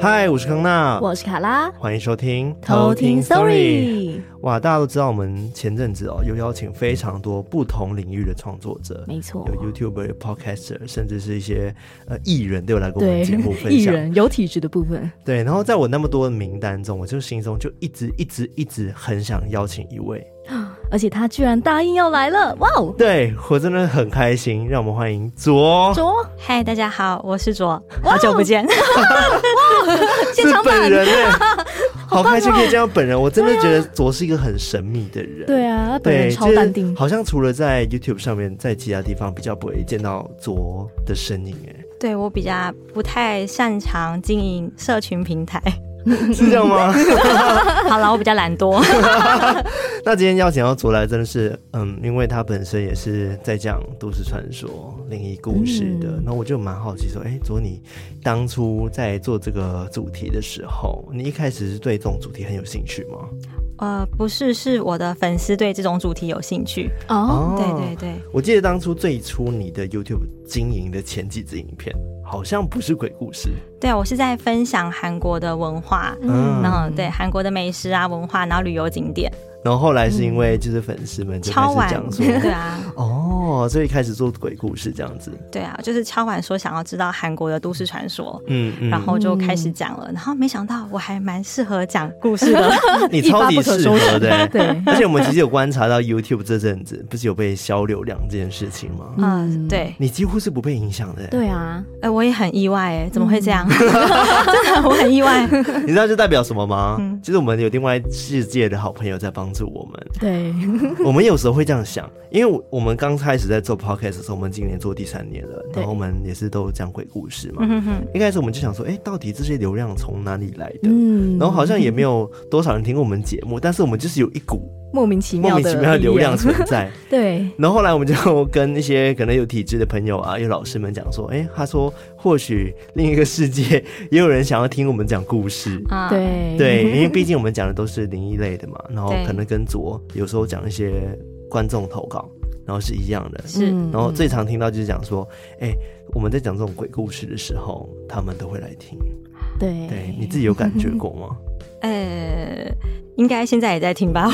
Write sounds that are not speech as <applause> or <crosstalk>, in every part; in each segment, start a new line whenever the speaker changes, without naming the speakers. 嗨，我是康纳，
我是卡拉，
欢迎收啊听
偷听 Sorry，
哇，大家都知道我们前阵子哦，有邀请非常多不同领域的创作者，
没错，
有 YouTuber、有 Podcaster，甚至是一些呃艺人都有来跟我们
对
节目分
<laughs> 艺
享。
人有体质的部分，
对，然后在我那么多的名单中，我就心中就一直一直一直很想邀请一位。
而且他居然答应要来了，哇哦！
对我真的很开心，让我们欢迎卓，
卓
嗨，大家好，我是
<laughs>
哦卓，好久不见。
现
是
场版哦
本人
<laughs>
哎、好开心可以见到本人，我真的觉得卓是一个很神秘的人。
啊对啊，他本
对，
人
就
超
是
淡定，
好像除了在 YouTube 上面，在其他地方比较不会见到卓的身影，哎，
<laughs> 对我比较不太擅长经营社群
<laughs>
平台，
是这样
<laughs>
吗？
好了，我比较
<laughs>
懒惰。
那今天邀请到卓来，真的是，嗯，因为他本身也是在讲都市传说、灵异故事的，
嗯
那、我就蛮好奇说，哎、卓你当初在做这个主题的时候，你一开始是对这种主题很有兴趣吗？
呃，不是，是我的粉丝对这种主题有兴趣。
哦，
对对。对，
我记得当初最初你的 YouTube 经营的前几支影片，好像不是鬼故事，
对啊我是在分享韩国的文化，
嗯
然后对韩国的美食啊、文化，然后旅游景点，
然后后来是因为就是粉丝们就开
超
始
晚
讲，说，
<laughs>
<laughs>
对啊，
哦，所以开始做鬼故事这样子，
对啊，就是超晚说想要知道韩国的都市传说。
嗯嗯，
然后就开始讲了，然后没想到我还蛮适合讲故
<laughs>
事的，
你
一
超
发
级
不可
适
收拾。
合 <laughs> 的、欸
对，
而且我们其实有观察到 YouTube 这阵子不是有被消流量这件事情吗？
嗯，对，
你几乎是不被影响的、欸，
对啊，
哎、我也很意外哎，怎么会这样？
嗯
<laughs> 真的，我很
<laughs>
意外。
你知道这代表什么吗？就是我们有另外世界的好朋友在帮助我 <laughs> 们。
对，
我们有时候会这样想，因为我我们刚开始在做 podcast 的时候，我们今年做第三年了，然后我们也是都讲鬼故事嘛。
嗯哼，
一开始我们就想说，哎、到底这些流量从哪里来的？
嗯
然后好像也没有多少人听过我们节目，但是我们就是有一股
莫名其
莫
妙
名其妙的
力
流量
量，
存 <laughs> 在。
对，
然后后来我们就跟一些可能有体质的朋友啊，有老师们讲说，哎，他说或许另一个世界也有人想要听我们讲故事。
啊，
对，
对，因为毕竟我们讲的都是灵异类的嘛，然后
对
可能跟卓有时候讲一些观众投稿，然后是一样的。
是
嗯
然后最常听到就是讲说，哎，我们在讲这种鬼故事的时候，他们都会来听。
对
对，你自己有感觉过吗？
呃，应该现在也在
<laughs>
听吧？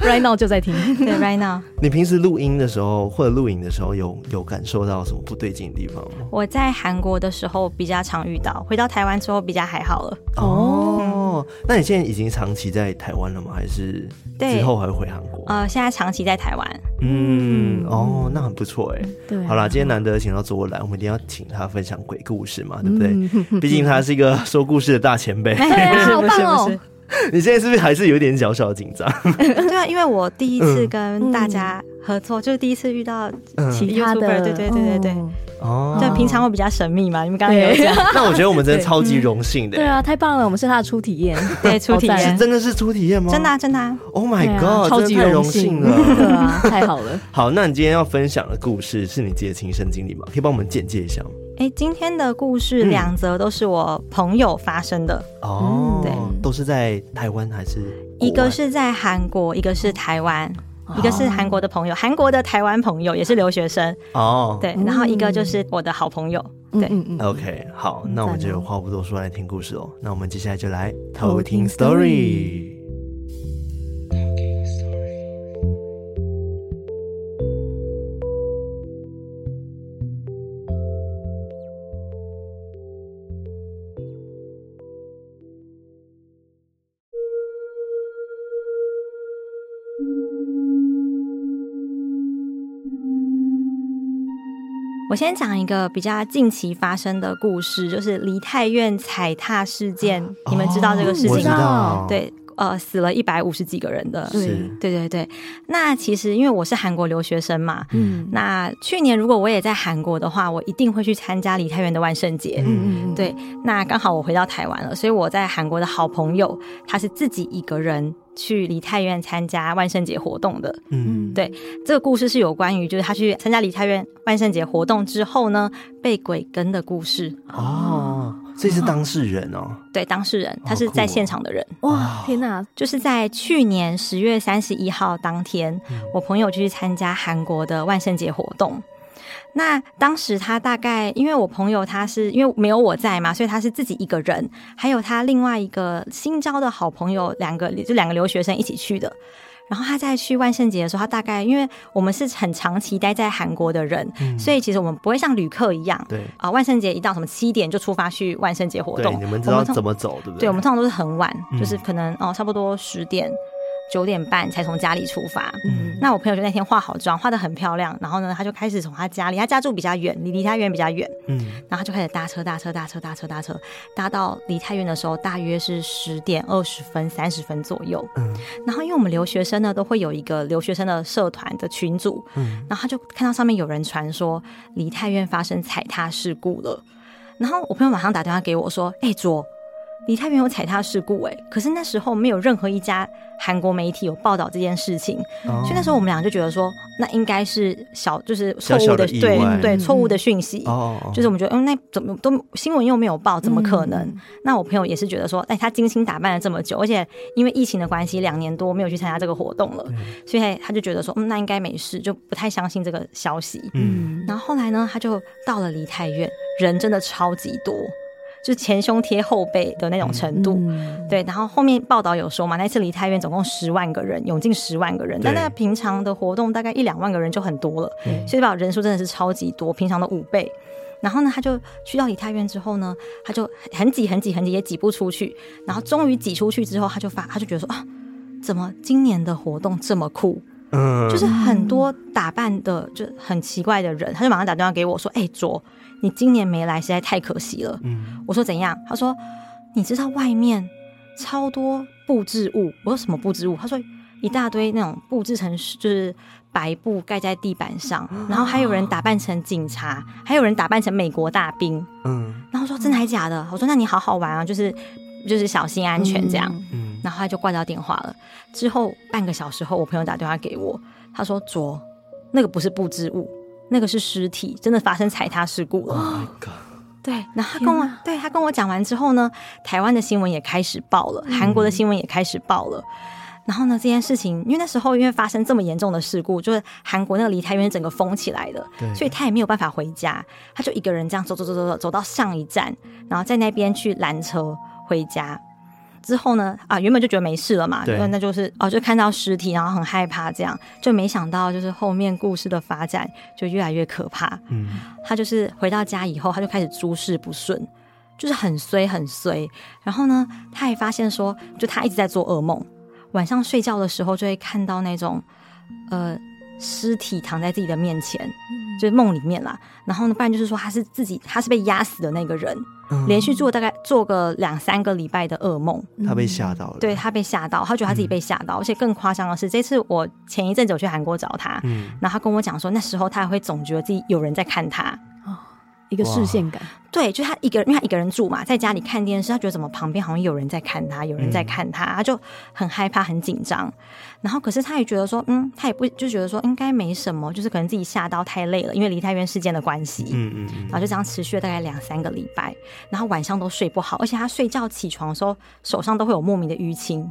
right now 就在
<laughs>
听，
对，right now，
你平时录音的时候或者录影的时候有有感受到什么不对劲的地方吗？
我在韩国的时候比较常遇到，回到台湾之后比较还好了。
哦，那你现在已经长期在台湾了吗？还是
对
之后还会回韩
啊
国？
呃，现在长期在台湾，
嗯，哦，那很不错哎。
对啊，
好啦，今天难得请到卓文来，我们一定要请他分享鬼故事嘛，对不
嗯哼
对？
<laughs>
毕竟他是一个说故事的大前辈。
<laughs> 对
<laughs>
啊，好棒
不是
哦，
<laughs> 你现在是不是还是有点小小的紧张？
对啊，因为我第一次跟
嗯
大家合作，就是第一次遇到，
嗯，
<laughs> 其他
YouTuber，
的，
对对对对对
哦
哦，
对，平常我比较神秘嘛，你们刚刚也有
对 <laughs>
讲，
那我觉得我们真的超级荣幸的
对
欸。
啊，太棒了，我们是他的初体验，
对，初体
好
验
赞，
真的是初体验吗？
真的啊真的啊，
，Oh my
对啊
God，
超
真
级
的太荣
幸
幸了。
对啊，太好
<laughs>
了，
好，那你今天要分享的故事是你自己的亲身经历吗？可以帮我们简介一下吗？
哎，今天的故事
嗯
两则都是我朋友发生的，
哦，
嗯
对，
对
都是在台湾还是国外？
一个是在韩国，一个是台湾，一个是韩国的朋友，韩国的台湾朋友也是留学生，
哦，
对，
嗯
然后一个就是我的好朋友，
嗯
对
嗯嗯。
，OK，好，那我们就话不多说，来听故事哦。那我们接下来就来偷
偷
听
听
story。
我先讲一个比较近期发生的故事，就是梨泰院踩踏事件，嗯你们哦知道这个事
哦我
情
知
吗？
道，，
对，呃，死了一百五十几个人的。
对
是，
对对对，那其实因为我是韩国留学生嘛，
嗯
那去年如果我也在韩国的话，我一定会去参加梨泰院的万圣节。
嗯嗯，
对，那刚好我回到台湾了，所以我在韩国的好朋友，他是自己一个人去梨泰院参加万圣节活动的。
嗯，
嗯，
对这个故事是有关于，就是他去参加梨泰院万圣节活动之后呢，被鬼跟的故事。
哦，所以是当事人哦，
对，当事人他
好
是
酷哦
在现场的人，
哇，天哪，
就是在去年
嗯
十月三十一号当天，我朋友就去参加韩国的万圣节活动。那当时他大概，因为我朋友他是因为没有我在嘛，所以他是自己一个人，还有他另外一个新交的好朋友，两个就两个留学生一起去的。然后他在去万圣节的时候，他大概因为我们是很长期待在韩国的人，
嗯
所以其实我们不会像旅客一样
对
啊、万圣节一到什么七点就出发去万圣节活
对，
动。
你们知
我
道
通
怎么走，对不对？
对，我们通常都是很晚，
嗯
就是可能哦，差不多十点、九点半才从家里出发。
嗯
那我朋友就那天化好妆，化的很漂亮，然后呢，他就开始从他家里，他家住比较远，离离他远比较远，
嗯，
然后他就开始搭车、搭车、搭车、搭车、搭车，搭到离太远的时候，大约是十点二十分、三十分左右。
嗯
然后因为我们留学生呢，都会有一个留学生的社团的群组，
嗯
然后他就看到上面有人传说梨泰院发生踩踏事故了，然后我朋友马上打电话给我说：“哎、卓，梨泰院有踩踏事故哎、可是那时候没有任何一家韩国媒体有报道这件事情，
哦
所以那时候我们俩就觉得说，那应该是小就是
小
错
小
误
的
的
意外
对对错误的讯息。
哦哦，
就是我们觉得，嗯，那怎么都新闻又没有报，怎么可能？
嗯
那我朋友也是觉得说，哎，他精心打扮了这么久，而且因为疫情的关系，两年多没有去参加这个活动了，所以他就觉得说，嗯，那应该没事，就不太相信这个消息。
嗯，
然后后来呢，他就到了梨泰院，人真的超级多，就前胸贴后背的那种程度。
嗯
对，然后后面报道有说嘛，那次梨泰院总共十万个人，涌进十万个人，但
对
那平常的活动大概一两万个人就很多了，
对
所以把人数真的是超级多，平常的五倍。然后呢，他就去到梨泰院之后呢，他就很挤很挤很挤，也挤不出去。然后终于挤出去之后，他就发，他就觉得说啊，怎么今年的活动这么酷？
嗯，
就是很多打扮的就很奇怪的人，他就马上打电话给我说：“哎、卓，你今年没来实在太可惜了。
嗯，”
我说：“怎样？”他说：“你知道外面超多布置物。”我说：“什么布置物？”他说：“一大堆那种布置成就是白布盖在地板上，然后还有人打扮成警察，还有人打扮成美国大兵。
嗯”
然后我说：“真的还假的？”我说：“那你好好玩啊，就是就是小心安全这样。
嗯
然后他就挂掉电话了。之后半个小时后，我朋友打电话给我，他说：“卓，那个不是布置物，那个是尸体，真的发生踩踏事故了。
，Oh my god，
对，然后他跟我
天哪
对他跟我讲完之后呢，台湾的新闻也开始报了，韩国的新闻也开始报了。然后呢，这件事情，因为那时候因为发生这么严重的事故，就是韩国那个梨泰院整个封起来的，
对，
所以他也没有办法回家，他就一个人这样走走走走走走到上一站，然后在那边去拦车回家。之后呢，啊，原本就觉得没事了嘛，
对
那那就是哦，就看到尸体，然后很害怕，这样就没想到就是后面故事的发展就越来越可怕。
嗯
他就是回到家以后，他就开始诸事不顺，就是很衰很衰。然后呢，他还发现说，就他一直在做噩梦，晚上睡觉的时候就会看到那种呃尸体躺在自己的面前，就是梦里面啦。然后呢，不然就是说他是自己他是被压死的那个人，
嗯
连续做大概做个两三个礼拜的噩梦。
他被吓到了，
嗯对，他被吓到，他觉得他自己被吓到，而且更夸张的是，这次我前一阵子有去韩国找他，
嗯，
然后他跟我讲说，那时候他还会总觉得自己有人在看他，
一个视线感，
对，就他一个人，因为他一个人住嘛，在家里看电视，他觉得怎么旁边好像有人在看他，有人在看他，他就很害怕、很紧张。然后，可是他也觉得说，嗯，他也不就觉得说应该没什么，就是可能自己吓到太累了，因为梨泰院事件的关系。
嗯嗯嗯
然后就这样持续了大概两三个礼拜，然后晚上都睡不好，而且他睡觉起床的时候手上都会有莫名的淤青，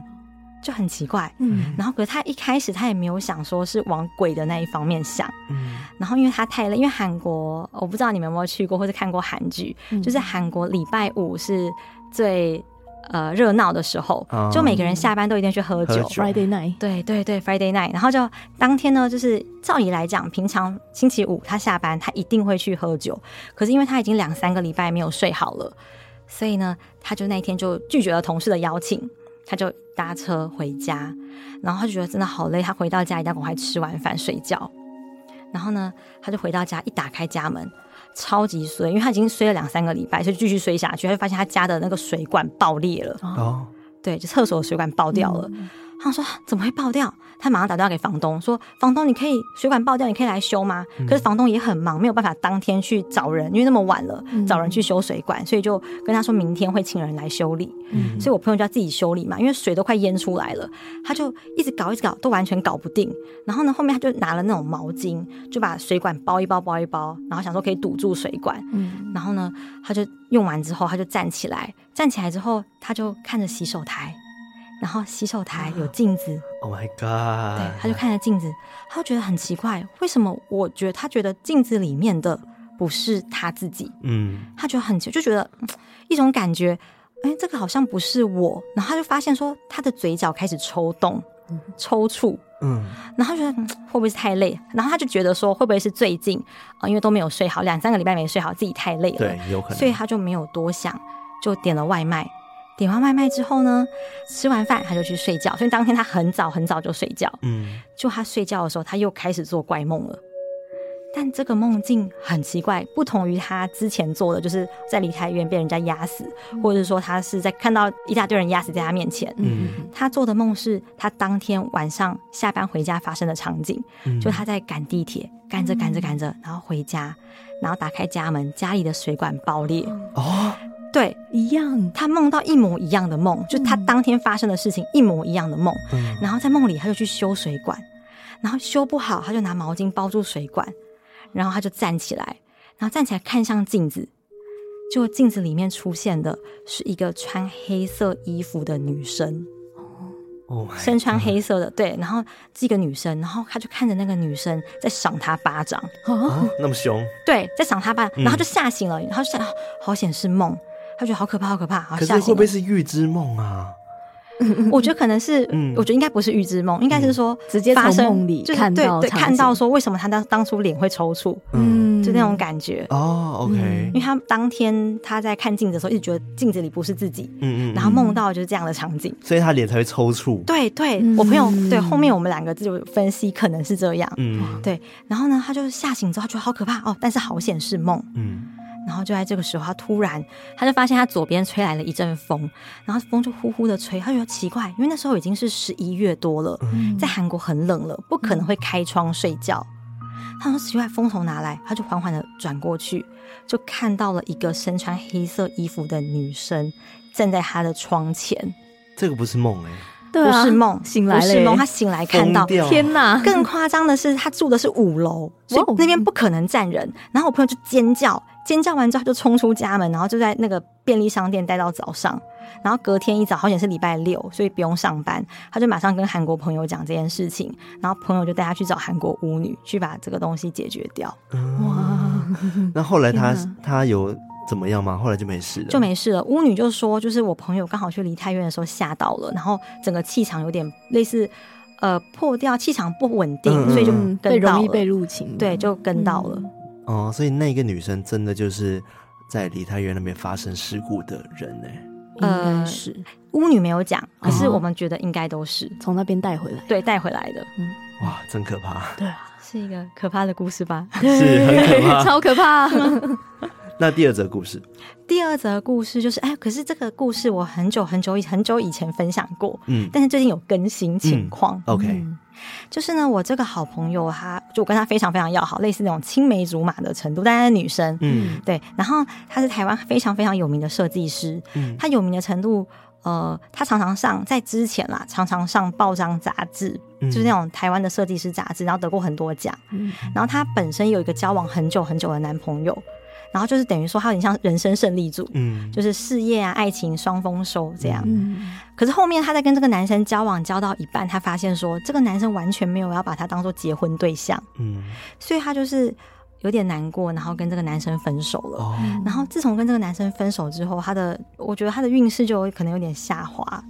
就很奇怪。
嗯，
然后可是他一开始他也没有想说是往鬼的那一方面想，
嗯，
然后因为他太累，因为韩国我不知道你们有没有去过或者看过韩剧，就是韩国礼拜五是最呃热闹的时候
哦，
就每个人下班都一定去喝
喝
酒。
酒
Friday night，
对对对，Friday night，然后就当天呢，就是照理来讲，平常星期五他下班，他一定会去喝酒。可是因为他已经两三个礼拜没有睡好了，所以呢，他就那一天就拒绝了同事的邀请，他就搭车回家，然后他就觉得真的好累，他回到家一定要赶快吃完饭睡觉。然后呢，他就回到家，一打开家门，超级衰，因为他已经衰了两三个礼拜，所以继续衰下去，他就发现他家的那个水管爆裂了，
哦，
对，就厕所的水管爆掉了。他说怎么会爆掉？他马上打电话给房东说：“房东，你可以水管爆掉，你可以来修吗？”可是房东也很忙，没有办法当天去找人，因为那么晚了，找人去修水管，所以就跟他说明天会请人来修理。
嗯
所以我朋友就要自己修理嘛，因为水都快淹出来了，他就一直搞一直搞，都完全搞不定。然后呢，后面他就拿了那种毛巾，就把水管包一包包一包，然后想说可以堵住水管。
嗯，
然后呢，他就用完之后，他就站起来，站起来之后，他就看着洗手台，然后洗手台有镜子，
Oh my
对
god！，
他就看着镜子，他就觉得很奇怪，为什么我觉得他觉得镜子里面的不是他自己，
嗯，
他觉得很奇，就觉得嗯一种感觉，哎，这个好像不是我。然后他就发现说，他的嘴角开始抽动、抽搐，
嗯
然后他觉得嗯会不会是太累？然后他就觉得说，会不会是最近啊、呃因为都没有睡好，两三个礼拜没睡好，自己太累了，
对，有可能。
所以他就没有多想，就点了外卖。点完外卖之后呢，吃完饭他就去睡觉，所以当天他很早很早就睡觉。
嗯，
就他睡觉的时候，他又开始做怪梦了。但这个梦境很奇怪，不同于他之前做的，就是在离开医院被人家压死，或者是说他是在看到一大堆人压死在他面前。
嗯
他做的梦是他当天晚上下班回家发生的场景，
嗯
就他在赶地铁，赶着赶着赶着，然后回家，然后打开家门，家里的水管爆裂。
哦，
对
一样，
他梦到一模一样的梦，就他当天发生的事情一模一样的梦。
嗯
然后在梦里他就去修水管，然后修不好他就拿毛巾包住水管，然后他就站起来，然后站起来看向镜子，就镜子里面出现的是一个穿黑色衣服的女生，
，Oh my，
身穿黑色
嗯
的，对，然后是一个女生，然后他就看着那个女生在赏他巴掌，
啊，
哦那么凶，
对，在赏他巴掌，然后他
嗯
就吓醒了，然后就想、啊好险是梦，他觉得好可怕，好可怕，好
可是
吓醒了。
会不会是预知梦啊？
我觉得可能是，
嗯
我觉得应该不是预知梦，应该是说
直接从
发生
梦里
就是
看
对
到
对
场
看到
景
说为什么他当当初脸会抽搐，
嗯，
就那种感觉。
哦，OK，
因为他当天他在看镜子的时候，一直觉得镜子里不是自己，
嗯嗯，
然后梦到就是这样的场景。
所以他脸才会抽搐。
对对，
嗯
我朋友对后面我们两个就分析可能是这样。
嗯
对，然后呢，他就吓醒之后，他觉得好可怕哦，但是好险是梦。
嗯，
然后就在这个时候，他突然他就发现他左边吹来了一阵风，然后风就呼呼的吹，他觉得奇怪，因为那时候已经是十一月多了，
嗯
在韩国很冷了，不可能会开窗睡觉。他说奇怪，风从哪来？他就缓缓的转过去，就看到了一个身穿黑色衣服的女生站在他的窗前，
这个不是梦哎，
对啊，
不是梦，
醒来
不
了
是
耶
梦，他醒来看到
疯。掉
天哪，
更夸张的是，他住的是五楼，所以
哇哦
那边不可能站人。然后我朋友就尖叫，尖叫完之后他就冲出家门，然后就在那个便利商店待到早上。然后隔天一早，好险是礼拜六，所以不用上班，他就马上跟韩国朋友讲这件事情，然后朋友就带他去找韩国巫女，去把这个东西解决掉，
哇，
嗯
那后来他
天
他有怎么样吗？后来就没事了，
就没事了。巫女就说，就是我朋友刚好去梨泰院的时候吓到了，然后整个气场有点类似。呃，破掉气场不稳定，
嗯嗯
所以就
嗯，
跟到了，
被容易被嗯入侵，
对，就跟到了。
哦。所以那个女生真的就是在梨泰院那边发生事故的人哎。
嗯，
呃
应该是
巫女没有讲，可是
哦
我们觉得应该都是、
从那边带回来，
对带回来的，
哇，真可
<laughs>
怕！
对啊，
是一个可怕的故事吧。 <laughs>
是很可怕
<laughs> 超可怕，
那第二则故事，
第二则故事就是，哎，可是这个故事我很久很久以很久以前分享过，
嗯
但是最近有更新情况。
<laughs> ，OK，
就是呢，我这个好朋友她，就我跟她非常非常要好，类似那种青梅竹马的程度，但她是女生。
嗯
对，然后她是台湾非常非常有名的设计师，
嗯
她有名的程度，呃，她常常上在之前啦，常常上报章杂志，
嗯
就是那种台湾的设计师杂志，然后得过很多奖。
嗯
然后她本身有一个交往很久很久的男朋友，然后就是等于说她有点像人生胜利组，
嗯，
就是事业啊、爱情双丰收这样。
嗯，
可是后面她在跟这个男生交往交到一半，她发现说这个男生完全没有要把她当做结婚对象，
嗯
所以她就是有点难过，然后跟这个男生分手了。
哦，
然后自从跟这个男生分手之后，她的我觉得她的运势就有可能有点下滑。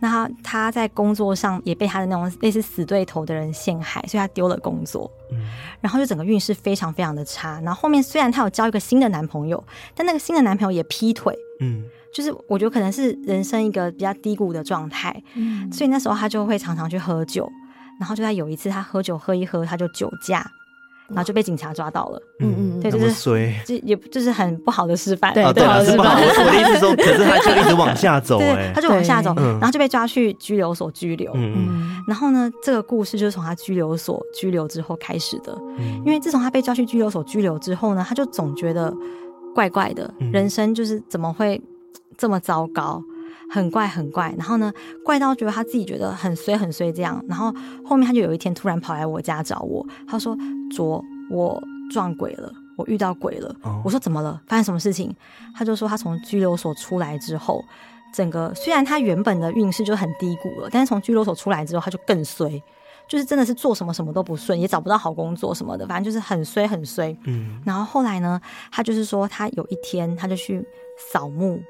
那她她在工作上也被她的那种类似死对头的人陷害，所以她丢了工作。
嗯
然后就整个运势非常非常的差。然后后面虽然她有交一个新的男朋友，但那个新的男朋友也劈腿，
嗯
就是我觉得可能是人生一个比较低谷的状态，
嗯
所以那时候她就会常常去喝酒。然后就在有一次她喝酒喝一喝，她就酒驾，然后就被警察抓到了。
嗯，
嗯嗯
对
那
就
么
是
衰
这也就是很不好的示范，
对
啊，对
不好
啊，
意思
是不好。
不好意
我的意思说，可是他就一直往下走
<laughs> 对，
哎
他，就往下走，
对嗯
然后就被抓去拘留所拘留。
嗯
嗯
然后呢，这个故事就是从他拘留所拘留之后开始的。
嗯
因为自从他被抓去拘留所拘留之后呢，他就总觉得怪怪的，
嗯
人生就是怎么会这么糟糕，很怪很怪。然后呢，怪到觉得他自己觉得很衰很衰这样。然后后面他就有一天突然跑来我家找我，他说：“卓，我撞鬼了。”我遇到鬼了
哦，
我说怎么了？发生什么事情？他就说他从拘留所出来之后，整个虽然他原本的运势就很低谷了，但是从居落所出来之后，他就更衰，就是真的是做什么什么都不顺，也找不到好工作什么的，反正就是很衰很衰。
嗯，
然后后来呢，他就是说他有一天他就去扫墓，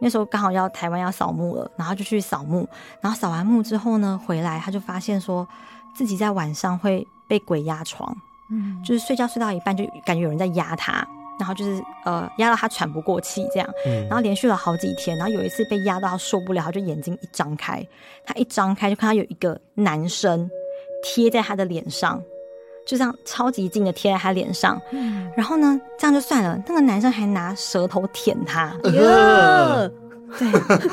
那时候刚好要台湾要扫墓了，然后就去扫墓，然后扫完墓之后呢，回来他就发现说自己在晚上会被鬼压床，
<laughs>
嗯，
就是睡觉睡到一半就感觉有人在压他，然后就是呃压到他喘不过气这样，
嗯
然后连续了好几天，然后有一次被压到他受不了，他就眼睛一张开，他一张开就看到有一个男生贴在他的脸上，就这样超级近的贴在他脸上，
嗯
然后呢这样就算了，那个男生还拿舌头舔他，
呃
对，
哎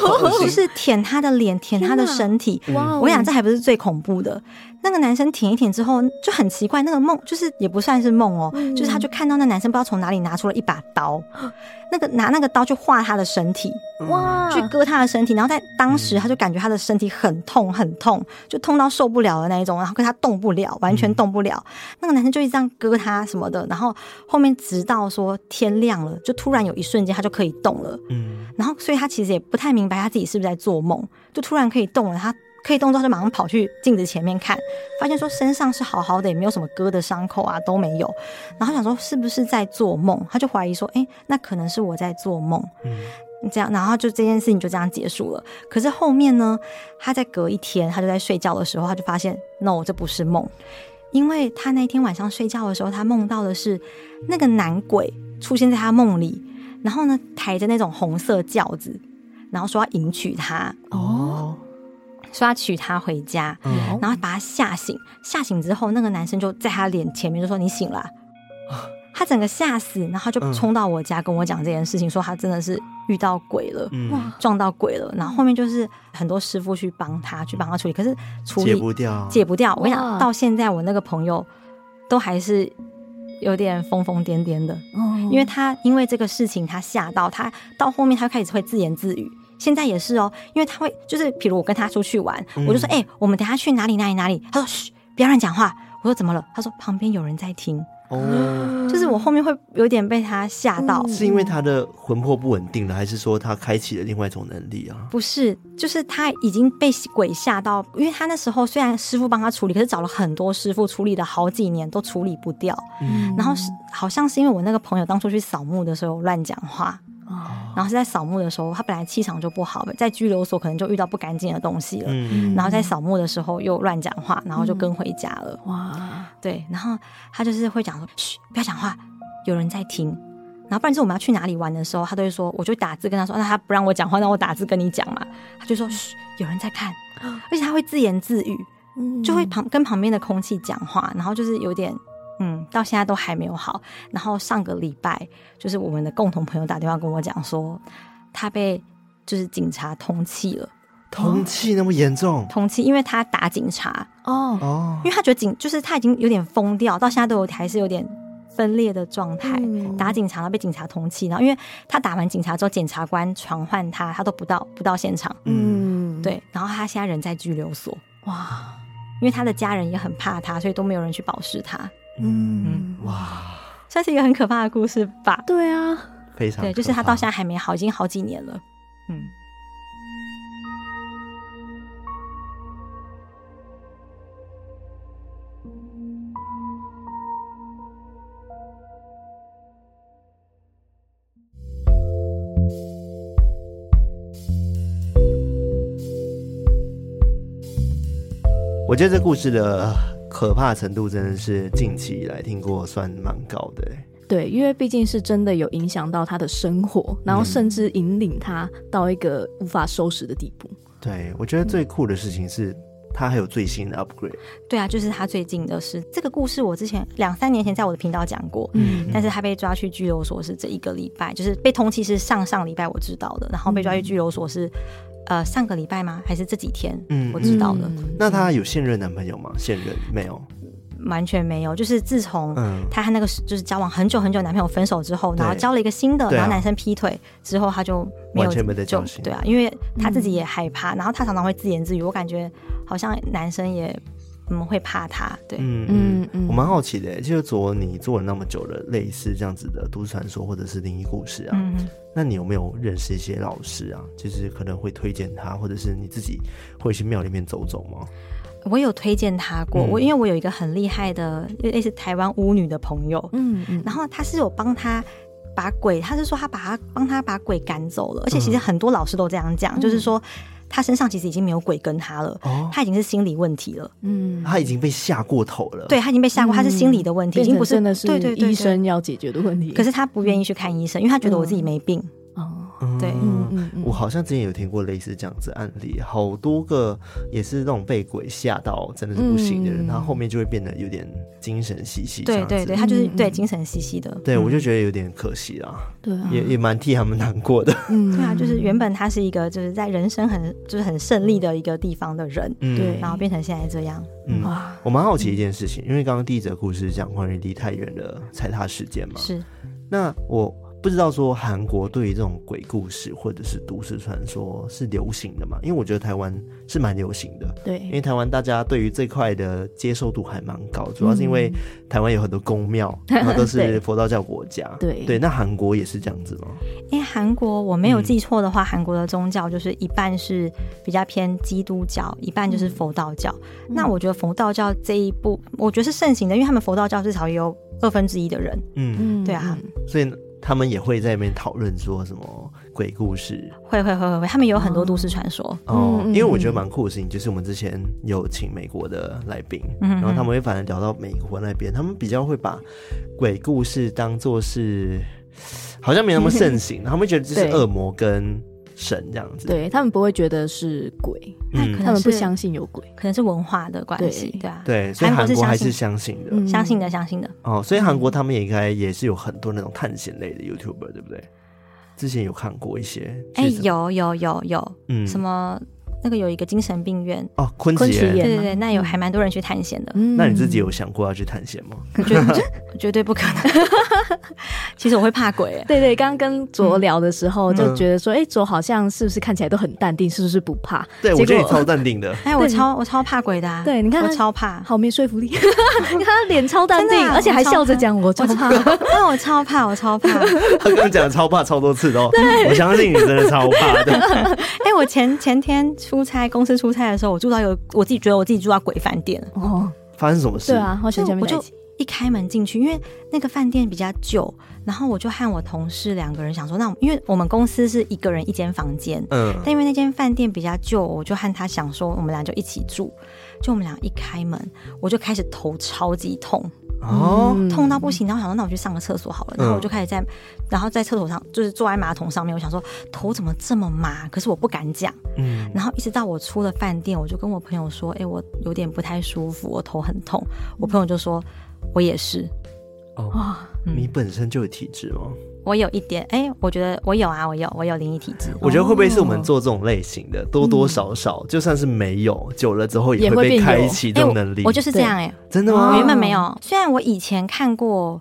好恶
就
心
是舔他的脸，舔他的
天哪
身体，
哇哦，
我想这还不是最恐怖的。那个男生舔一舔之后就很奇怪，那个梦就是也不算是梦哦，
嗯
就是他就看到那男生不知道从哪里拿出了一把刀，那个拿那个刀去划他的身体，
哇，
去割他的身体，然后在当时他就感觉他的身体很痛很痛，就痛到受不了的那一种，然后跟他动不了，完全动不了。那个男生就一直这样割他什么的，然后后面直到说天亮了，就突然有一瞬间他就可以动了。
嗯，
然后所以他其实也不太明白他自己是不是在做梦，就突然可以动了，他可以动之后就马上跑去镜子前面看，发现说身上是好好的，也没有什么割的伤口啊都没有，然后想说是不是在做梦，他就怀疑说，哎，那可能是我在做梦。
嗯
这样，然后就这件事情就这样结束了。可是后面呢，他在隔一天，他就在睡觉的时候，他就发现，no，这不是梦，因为他那天晚上睡觉的时候，他梦到的是那个男鬼出现在他梦里，然后呢，抬着那种红色轿子，然后说要迎娶她，
哦，
说要娶她回家，
嗯
然后把他吓醒。吓醒之后，那个男生就在他脸前面就说：“你醒了啊、他整个吓死，然后他就
嗯
冲到我家跟我讲这件事情，说他真的是遇到鬼了。
嗯，
哇，
撞到鬼了，然后后面就是很多师傅去帮他去帮他处理，可是处
解
理
不掉，
解不掉。我跟你讲，
哇
到现在我那个朋友都还是有点疯疯癫癫的，因
哦因
嗯
为
为
他因为这个事情他吓到他，到后面他开始会自言自语。现在也是哦，因为他会就是，比如我跟他出去玩，
嗯
我就说，哎、我们等一下去哪里哪里哪里，他说，嘘，不要乱讲话。我说怎么了？他说旁边有人在听，
哦，
就是我后面会有点被他吓到，
是因为他的魂魄不稳定了，还是说他开启了另外一种能力啊？
不是，就是他已经被鬼吓到，因为他那时候虽然师傅帮他处理，可是找了很多师傅处理了好几年都处理不掉。
嗯
然后是好像是因为我那个朋友当初去扫墓的时候乱讲话，
哦
然后是在扫墓的时候，他本来气场就不好，在拘留所可能就遇到不干净的东西了。
嗯
然后在扫墓的时候又乱讲话，然后就跟回家了。
哇，
对，然后他就是会讲说：“嘘，不要讲话，有人在听。”然后不然就是我们要去哪里玩的时候，他都会说，我就打字跟他说，啊那他不让我讲话，让我打字跟你讲嘛。他就说：“嘘，有人在看。”而且他会自言自语，就
就会
会
跑
旁跟旁边的空气讲话，然后就是有点。嗯，到现在都还没有好。然后上个礼拜，就是我们的共同朋友打电话跟我讲说，他被就是警察通缉了，
通气那么严重
通缉，因为他打警察，
哦，
哦
因为他觉得警就是他已经有点疯掉，到现在都有还是有点分裂的状态。
嗯
打警察，然后被警察通缉，然后因为他打完警察之后，检察官传唤他，他都不到不到现场，
嗯
嗯，
对，然后他现在人在拘留所，
哇，
因为他的家人也很怕他，所以都没有人去保释他，
嗯，
哇，
算是一个很可怕的故事吧。
对啊，
非常
对，就是他到现
在
在还没好，已经好几年了。嗯，
我觉得这故事的呃可怕程度真的是近期以来听过算蛮高的欸。
对，因为毕竟是真的有影响到他的生活，然
嗯
后甚至引领他到一个无法收拾的地步。
对，我觉得最酷的事情是。它还有最新的 upgrade，
对啊，就是他最近的事。这个故事我之前两三年前在我的频道讲过，
嗯
但是他被抓去拘留所是这一个礼拜，就是被通缉是上上礼拜我知道的，然后被抓去拘留所是、呃上个礼拜吗？还是这几天？
嗯
我知道的，
嗯
那她有现任男朋友吗？现任没有，
完全没有。就是自从
嗯，
她和那个是就是交往很久很久的男朋友分手之后，
对
然后交了一个新的，
对啊
然后男生劈腿之后，她就没有
完全没得
就
交心
对啊，因为她自己也害怕，然后她常常会自言自语，我感觉好像男生也我们会怕他。对，
嗯嗯
嗯嗯
我蛮好奇的，欸就是佐你做了那么久的类似这样子的都市传说或者是灵异故事啊，
嗯，
那你有没有认识一些老师啊？就是可能会推荐他，或者是你自己会去庙里面走走吗？
我有推荐他过，
嗯
我因为我有一个很厉害的，类似台湾巫女的朋友，
嗯嗯，
然后他是有帮他把鬼，他是说他把他帮他把鬼赶走了，而且
嗯
其实很多老师都这样讲，
嗯
就是说他身上其实已经没有鬼跟他了，
哦，
他已经是心理问题了，
嗯，
他已经被吓过头了。，
对他已经被吓
嗯
过，他是心理的问题，已
变
经
成
不是
真的是
对对对对
医生嗯要解决的问题。
可是他不愿意去看医生，因为他觉得我自己没病。
哦，
对
嗯嗯嗯，
我好像之前有听过类似这样子案例，好多个也是那种被鬼吓到真的是不行的人，
嗯
他后面就会变得有点精神兮兮这
对
样子。
对嗯对，他就是
嗯
对
嗯
精神兮兮的。
对我就觉得有点可惜啦，
对
嗯
啊，
也也蛮替他们难过的。
嗯
对啊，就是原本他是一个就是在人生很就是很胜利的一个地方的人，
嗯，
对
然后变成现在这样。
嗯
哇，
我蛮好奇一件事情，因为刚刚第一则故事讲关于离太远的踩踏事件嘛，
是，
那我不知道说韩国对于这种鬼故事或者是都市传说是流行的嘛？因为我觉得台湾是蛮流行的，因
对，
为台湾大家对于这块的接受度还蛮高，主要是因为台湾有很多宫庙，然后都是
嗯 <laughs> 对
佛道教国家，
对
对。那韩国也是这样子吗？
因为韩国我没有
嗯
记错的话，韩国的宗教就是一半是比较偏基督教，一
嗯
半就是佛道教。那我觉得佛道教这一部，我觉得是盛行的，因为他们佛道教至少也有二分之一的人
嗯，
嗯
对啊，
所以他们也会在那边讨论说什么鬼故事，
会会会会会，他们有很多都市传说。
哦，
嗯
因
嗯
为我觉得蛮酷的事情，就是我们之前有请美国的来宾，
嗯
然后他们会反而聊到美国那边，他们比较会把鬼故事当做是好像没那么盛
<laughs>
行，他们觉得这是
对
恶魔跟神这样子。，
对他们不会觉得是鬼，
嗯
那可能
他们不
是
相信有鬼。
可能是文化的关系，
对
对啊，
对，所以
韩
韩
国是
国还
相
是
信
相信的、
嗯
相信的，相信的。
哦，所以韩国他们也应该也是有很多那种探险类的 YouTuber，对不对？之前有看过一些，
哎、
是什么
有有有有，
嗯
什么那个有一个精神病院，
哦，昆
昆
池
池
岩，
岩
对
吗
对对，那有嗯还蛮多人去探险的，
嗯
那你自己有想过要去探险吗？
绝绝对不可 <laughs> 能。其实我会怕鬼、哎
对对，刚刚跟卓聊的时候
嗯
就觉得说，哎，卓好像是不是看起来都很淡定，是不是不怕？
对，
结
我觉得你
果
超淡定的。
哎，我超我超怕鬼的、啊，
对你看
我
他
超 <laughs> 怕，
好没说服力，你看 <laughs> 他脸超淡
真
定
的，啊
而且还笑着讲我
我
超
超
怕。
那哦我超怕，我超怕。哎
他刚刚讲的超怕超多次的哦，我相信你真的超怕的。
哎，我前前天出差，公司出差的时候，我住到有我自己觉得我自己住到鬼饭店了，
哦，
发生什么事？
对啊，我
就
选前面
我
在一
就
起。
一开门进去，因为那个饭店比较旧，然后我就和我同事两个人想说，那我因为我们公司是一个人一间房间，
嗯，
但因为那间饭店比较旧，我就和他想说，我们俩就一起住。就我们俩一开门，我就开始头超级痛，
哦，
嗯
痛到不行。然后想说，那我去上个厕所好了。然后
嗯
我就开始在，然后在厕所上就是坐在马桶上面，我想说头怎么这么麻，可是我不敢讲。
嗯，
然后一直到我出了饭店，我就跟我朋友说，哎、我有点不太舒服，我头很痛。我朋友就说，我也是，
哦，
哇，
你本身就有体质吗？
我有一点，哎、我觉得我有啊，我有，我有灵异体质。哦
我觉得会不会是我们做这种类型的，多多少少就算是没有，久了之后
也
会
会
被
变有
开启这
哎
种
我
能力。
我就是这样哎、
真的
我
吗
哦？
原本没有，虽然我以前看过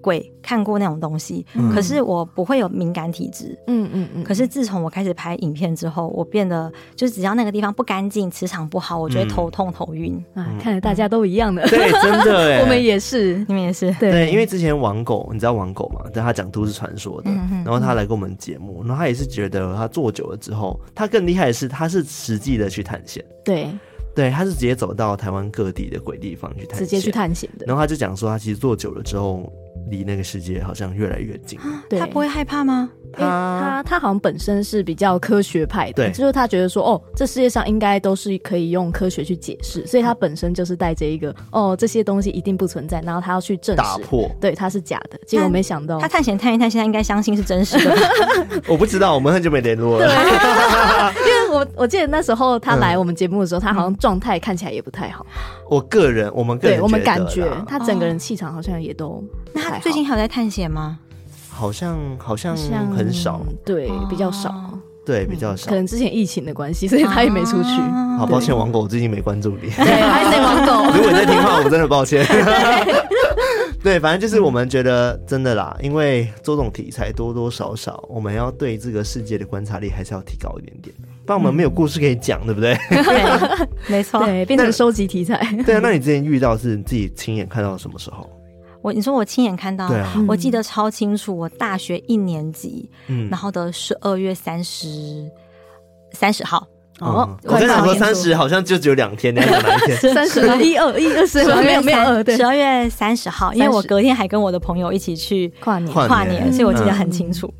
鬼，看过那种东西，
嗯
可是我不会有敏感体质。
嗯嗯嗯，
可是自从我开始拍影片之后，我变得就是只要那个地方不干净、磁场不好，我就
嗯
会头痛、头晕。
啊，看来大家都一样的，
对，真的哎，
我们也是，
你们也是，
对，因为之前网狗，你知道网狗嘛？对他讲都市传说的，
嗯
然后他来跟我们节目，然后他也是觉得他做久了之后，他更厉害的是，他是实际的去探险，
对，
对，他是直接走到台湾各地的鬼地方去探险，
直接去探险的，
然后他就讲说，他其实做久了之后，离那个世界好像越来越近。
对
他不会害怕吗？
因为他他好像本身是比较科学派的，
对
就是他觉得说，哦，这世界上应该都是可以用科学去解释，所以他本身就是带着一个，哦，这些东西一定不存在，然后他要去证
打
实，
破，
对，它是假的。结果没想到
他，探险探一探，现在应该相信是真实的吧。
我不知道，我们很久没联络了。
<laughs> 因为我我记得那时候他来我们节目的时候，他好像状态看起来也不太好，
<laughs> 我个人，嗯我们个人
对我们
得啦
感觉他整个人气场好像也都不
那
太好，
他最近还有在探
<laughs>
险吗？
好像好像
好像
很少，，
对，比较少，
哦
对，比较少
可。能之前疫情的关系，所以他也没出去。
啊
好，抱歉，王狗，我最近没关注你。
对，还是网
<laughs>
狗。
如果你在听的话，我真的抱
<laughs>
歉。 <laughs> 对，反正就是我们觉得真的啦，因为做这种题材多多少少，我们要对这个世界的观察力还是要提高一点点。不然我们没有故事可以讲，对不对？
嗯
对，没错。
对，变成收集题材。
<laughs> 对啊，那你之前遇到是你自己亲眼看到什么时候？
我你说我亲眼看到
对，啊，
我记得超清楚，我大学一年级，
嗯
然，后的十二月三十三十号，
哦
哦，
我跟你
快
讲
到
说
年初
三十好像就只有两天，你还有哪一
<laughs>
天？
三十一二一二十
12
没有没有
三
二对
十，二月三十号，因为我隔天还跟我的朋友一起去
跨年
跨
跨
年
年，所以我记得
嗯
很清楚。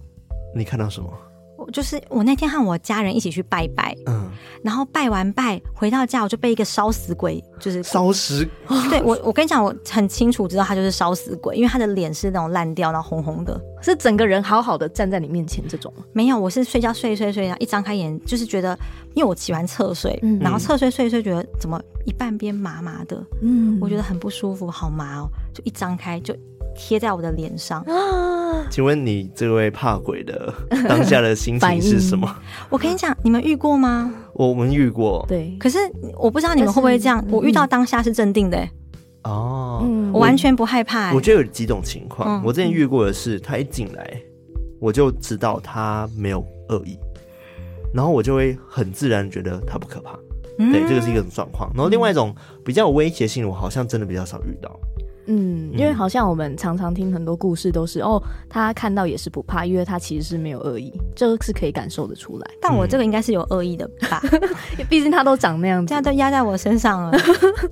你看到什么？
我就是我那天和我家人一起去拜拜，
嗯，
然后拜完拜回到家，我就被一个烧死鬼，
<laughs>
就是
烧尸
对我，我跟你讲，我很清楚知道他就是烧死鬼，因为他的脸是那种烂掉，然后红红的。
是整个人好好的站在你面前这种吗
没有，我是睡觉睡一睡睡，然后一张开眼就是觉得，因为我喜欢侧睡，
嗯
然后侧睡睡一睡，觉得怎么一半边麻麻的，
嗯
我觉得很不舒服，好麻哦，就一张开就贴在我的脸上。
啊，
请问你这位怕鬼的当下的心情是
<laughs>
什么？
我跟你讲，你们遇过吗？
我们遇过，
对，
可是我不知道你们会不会这样
但，是
我
嗯
遇到当下是镇定的、欸
哦，
嗯
我完全不害怕、欸
我觉得有几种情况，
嗯
我之前遇过的是，他一进来我就知道他没有恶意，然后我就会很自然觉得他不可怕。
嗯
嗯
对，这个是一个状况。然后另外一种比较有威胁性的，我好像真的比较少遇到。
嗯，因为
嗯
好像我们常常听很多故事都是哦，他看到也是不怕，因为他其实是没有恶意，这个是可以感受得出来，
但我
嗯
这个应该是有恶意的吧？
毕竟他都长那样
这
子
样都压在我身上了，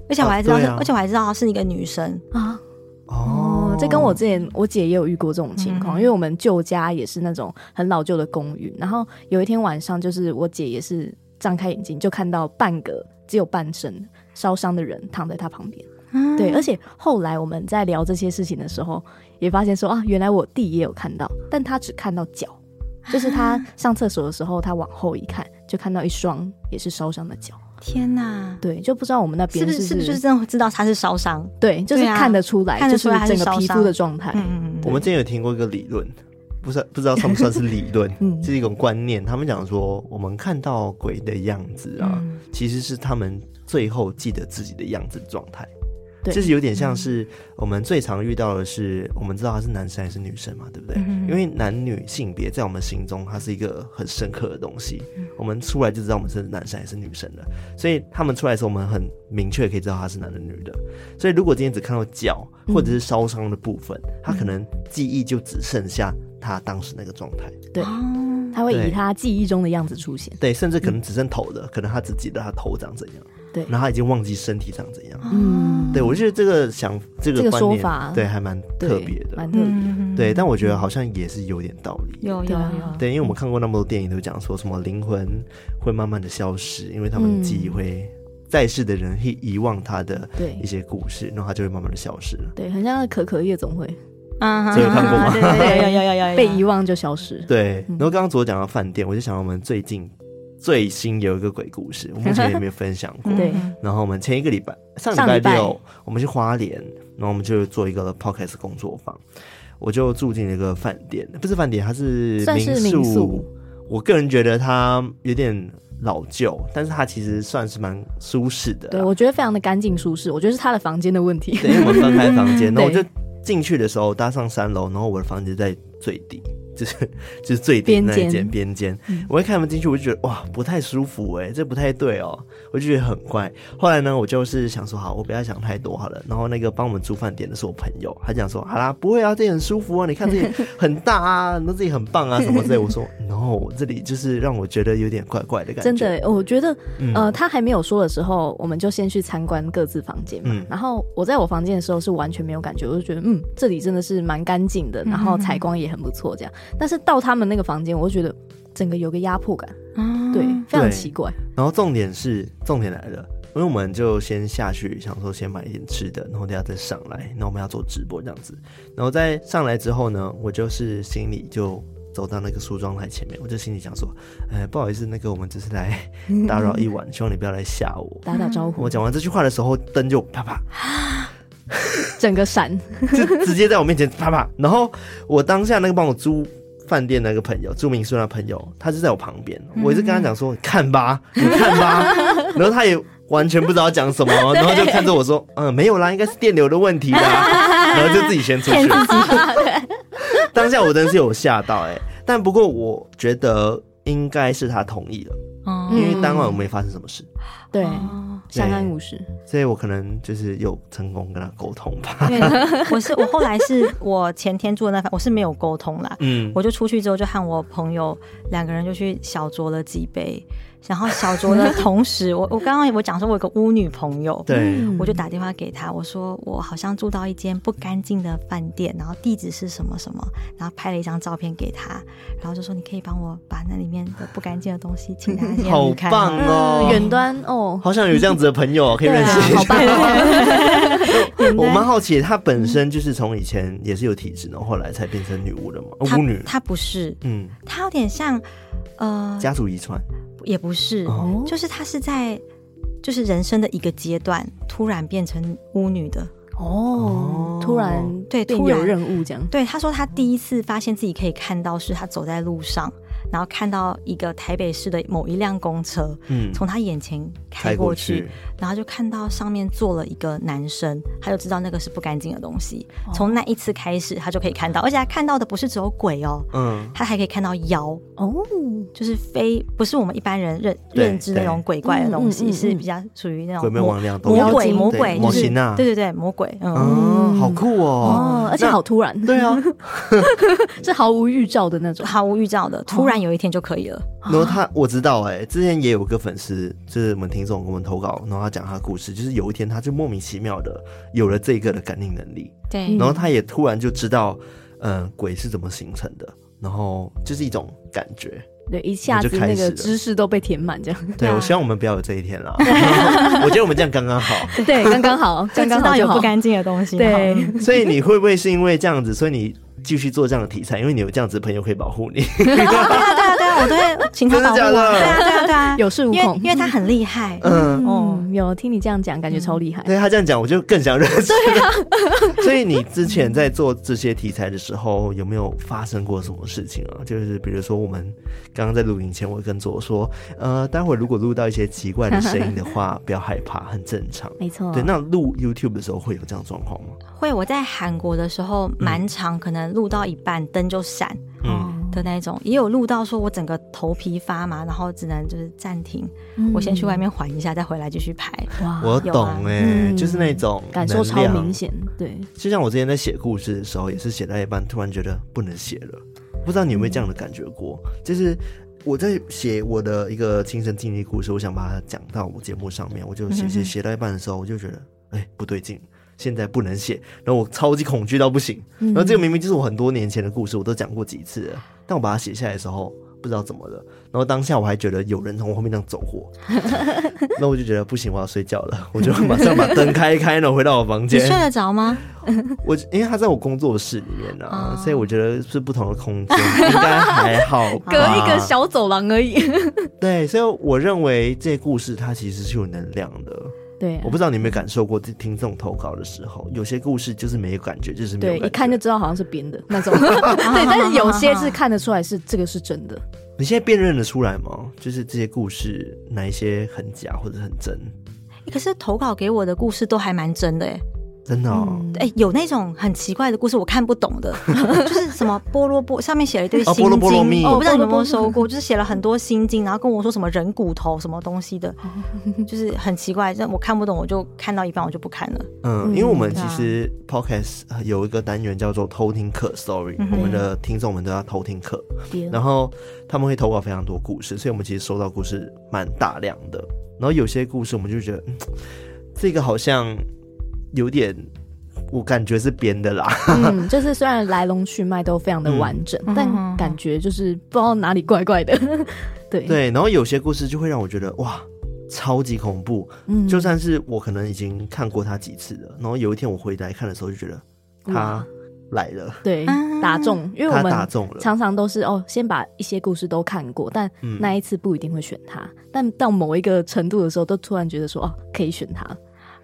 而且我还知道
啊
是，
对啊
而且我还知道她是一个女生。
啊。
哦
哦，这跟我之前我姐也有遇过这种情
嗯
况，因为我们旧家也是那种很老旧的公寓，然后有一天晚上，就是我姐也是张开眼睛就看到半个只有半身烧伤的人躺在她旁边。
啊
对，而且后来我们在聊这些事情的时候，也发现说啊，原来我弟也有看到，但他只看到脚，
啊
就是他上厕所的时候，他往后一看，就看到一双也是烧伤的脚。
天哪，
对，就不知道我们那边
是不是是不是就是真的知道她是烧伤？
对，就是
对啊
看得出来，
看得出来
就是整
他
个
是
皮
烧
肤的
伤
状态。
嗯嗯
我们之前有听过一个理论，不是不知道算不算是理
<laughs>
论，
嗯
是一种观念。他们讲说，我们看到鬼的样子啊，
嗯
其实是他们最后记得自己的样子状态。
对嗯
就是有点像是我们最常遇到的是，我们知道他是男生还是女生嘛，对不
嗯
对？因为男女性别在我们心中，它是一个很深刻的东西。
嗯
我们出来就知道我们是男生还是女生了，所以他们出来的时候，我们很明确可以知道他是男的女的。所以如果今天只看到脚
嗯
或者是烧伤的部分，他可能记忆就只剩下他当时那个状态。
对，
嗯
他会
对
以他记忆中的样子出现。
对，甚至可能只剩头的，可能他只记得他头长怎样，
嗯对
然后他已经忘记身体长怎样。
哦
嗯，
对，我觉得这个想这
这
个
个
观
说
念，
法
对，还蛮
对
特别的
蛮。特别的。
嗯
对，但我觉得好像也是有点道理。
有有
对啊
有，
对，因为我们看过那么多电影，都讲说什么灵魂会慢慢的消失，因为他们
嗯
记忆会在世的人会遗忘他的
对
一些故事，然后他就会慢慢的消失了。
对，很像可可夜总会，
嗯
这个看过吗 <laughs>
对对对，有有有有有
被遗忘就消失。
对，
嗯
然后刚刚昨天讲到饭店，我就想到我们最近最新有一个鬼故事，我目前也没有分享过。
对
嗯
然后我们前一个礼拜，上礼
上
拜
礼拜
六，我们去花莲，然后我们就做一个 podcast 工作坊，我就住进了一个饭店，不是饭店，它是
算是民宿
我个人觉得它有点老旧，但是它其实算是蛮舒适的
对，
啦。
我觉得非常的干净舒适，我觉得是他的房间的问题。
啊对，因为我们分开房
<laughs>
间，然后我
对
就进去的时候搭上三楼，然后我的房间在最低。 <laughs> 就是就是最低那一间
边间嗯
边间，我一看他们进去，我就觉得哇不太舒服哎、这不太对哦，我就觉得很怪。后来呢，我就是想说好，我不要想太多好了。然后那个帮我们住饭店的是我朋友，他讲说好啦，不会啊，这里很舒服啊，你看这里很大啊，那这里很棒啊什么之类。我说 <laughs> no，这里就是让我觉得有点怪怪的感觉。
<laughs> 真的，哦我觉得，
嗯
呃，他还没有说的时候，我们就先去参观各自房间嘛。
嗯
然后我在我房间的时候是完全没有感觉，我就觉得，嗯，这里真的是蛮干净的，然
嗯
后采光也很不错，这样。但是到他们那个房间，我就觉得整个有个压迫感，
嗯
对，非常
对
奇怪。
然后重点是，重点来了，因为我们就先下去，想说先买一点吃的，然后等下再上来，然后我们要做直播这样子。然后在上来之后呢，我就是心里就走到那个梳妆台前面，我就心里想说，呃，不好意思，那个我们只是来打扰一晚，希望你不要来吓我。
打打招
我
呼，
讲完这句话的时候，灯就啪啪，
整个闪，
就直接在我面前啪啪。然后我当下那个帮我租饭店那个朋友，住民宿那朋友，他就在我旁边，
嗯
我一直跟他讲说：“你看吧，你看吧。”然后他也完全不知道讲什么，哦然后就看着我说：“嗯，没有啦，应该是电流的问题啦。”然后就自己先出去。当欸下我真的是有吓到哎、但不过我觉得应该是他同意了。
哦哦
因为当晚我没发生什么事，
对，
哦
相安无事。
所以我可能就是有成功跟他沟通吧。
对，我是我后来是我前天住的那饭，我是没有沟通啦。
嗯，
我就出去之后，就和我朋友两个人就去小酌了几杯，然后小酌的同时，我我刚刚我讲说，我有个巫女朋友，
<laughs> 对，
嗯
我就打电话给他，我说我好像住到一间不干净的饭店，然后地址是什么什么，然后拍了一张照片给他，然后就说你可以帮我把那里面的不干净的东西，请他先
好
离开
棒
吗
哦，
远端哦，
好想有这样子的朋
<laughs>
友，可以
对
认
啊
识一，
好
下。
棒哦，
我蛮好奇，她
嗯
本身就是从以前也是有体质，然后后来才变成女巫的嘛，呃
他
巫女。
他不是，
嗯，
他有点像，呃，
家族遗传。
也不是，
哦
就是他是在就是人生的一个阶段突然变成巫女的。
哦，突然
对
变
突然
有任务这样，
对，他说他第一次发现自己可以看到，是他走在路上，然后看到一个台北市的某一辆公车
嗯，
从他眼前开
开
过
过
去，
去。
然后就看到上面坐了一个男生，他就知道那个是不干净的东西。
哦
从那一次开始，他就可以看到，而且他看到的不是只有鬼哦，
嗯，
他还可以看到妖，
哦，
就是非不是我们一般人认
对
认知那种鬼怪的东西，
对嗯嗯嗯嗯
是比较属于那
鬼
种
魅
哦魔
魍魉都
魔
有。
鬼
妖精
魔鬼，
对
就是
魔形啊
对对对，魔鬼，嗯，
嗯，好酷哦
哦，。而且
那
好突然，
对，
<laughs>
啊，
<laughs> 是毫无预兆的那种，
毫无预兆的，突
哦
然有一天就可以了。
然后他我知道哎、之前也有个粉丝，就是我们听众给我们投稿，然后他讲他的故事，就是有一天他就莫名其妙的有了这个的感应能力，
对
然后他也突然就知道，嗯、鬼是怎么形成的，然后就是一种感觉。
对，一下子
就开
那
始
个
了
知识都被填满
<laughs>
这样，
对，
啊
我希望我们不要有这一天
<laughs>
啦。 <laughs> 我觉得我们这样刚刚好。
对，刚刚好，
就
刚
知
刚
道
好就
有
好
不，干净的东西。
对，
所以你会不会是因为这样子，所以你继续做这样的题材？因为你有这样子的朋友可以保护你。 <laughs>
<laughs> 对啊，对啊，对啊，我都会请他
真的
保护
假
我。
的
对啊，对啊，对啊，
有恃无
因为
恐，
因为他很厉害。
嗯，
哦
嗯，有听你这样讲，感觉超厉害，
对他这样讲，我就更想认识。
啊
<laughs> 所以你之前在做这些题材的时候，有没有发生过什么事情啊？就是比如说，我们刚刚在录影前，我跟左说，呃，待会儿如果录到一些奇怪的声音的话， <laughs> 不要害怕，很正常。
没错，
对，那录 YouTube 的时候会有这样的状况吗？
会我在韩国的时候蛮长，可能录到一半灯就闪
哦
嗯，
的那种，也有录到说我整个头皮发麻，然后只能就是暂停，
嗯
我先去外面缓一下，再回来继续拍。
哇
我
有啊
懂哎、
嗯
就是那种
感受超
能量
明显，对，
就像我之前在写故事的时候，也是写到一半，突然觉得不能写了。不知道你有没有这样的感觉过？就是我在写我的一个亲身经历故事，我想把它讲到我节目上面，我
嗯
就写写写到一半的时候，我就觉得，哎、不对劲，现在不能写。然后我超级恐惧到不行。
嗯
然后这
嗯
个明明就是我很多年前的故事，我都讲过几次了，但我把它写下来的时候，不知道怎么了。然后当下我还觉得有人从我后面这样走
<laughs>
过，那我就觉得不行，我要睡觉了，我就马上把灯开开，然后回到我房
你
间。
睡得着吗？
我因为他在我工作室里面呢、
哦
所以我觉得是不同的空
<laughs>
间，应该还好吧。
隔一个小走廊而已， <laughs>
对，所以我认为这些故事它其实是有能量的。
对啊
我，不知道你有没有感受过，这听众投稿的时候，有些故事就是没有感觉，就是没有
对，
感觉。
一看就知道好像是编的那种，对，但是有些是看得出来是这个是真的，
你现在辨认得出来吗？就是这些故事哪一些很假或者很真？
可是投稿给我的故事都还蛮真的哎、
真的、哦
嗯
哎、有那种很奇怪的故事，我看不懂的， <laughs> 就是什么菠萝菠上面写了一堆
哦
心经，
菠萝菠萝蜜
我不知道你们有
哦菠萝菠
没有
萝
收过，就是写了很多心经，然后跟我说什么人骨头什么东西的，就是很奇怪，但我看不懂，我就看到一半我就不看了。
嗯，
嗯啊
因为我们其实 podcast 呃有一个单元叫做偷听课 story，、
嗯哼
我们的听众们都要偷听课，
编
然后他们会投稿非常多故事，所以我们其实收到故事蛮大量的。然后有些故事我们就觉得，嗯这个好像有点，我感觉是编的
<laughs>
啦。
嗯，就是虽然来龙去脉都非常的完整，
嗯
但感觉就是不知道哪里怪怪的， <laughs> 对，
对，然后有些故事就会让我觉得哇，超级恐怖。
嗯
就算是我可能已经看过它几次了，然后有一天我回来看的时候就觉得它
哇
来了，
对
啊
打中，因为
它
我
打
们
中了。
常常都是哦，先把一些故事都看过，但
嗯
那一次不一定会选它，但到某一个程度的时候，都突然觉得说哦，可以选它，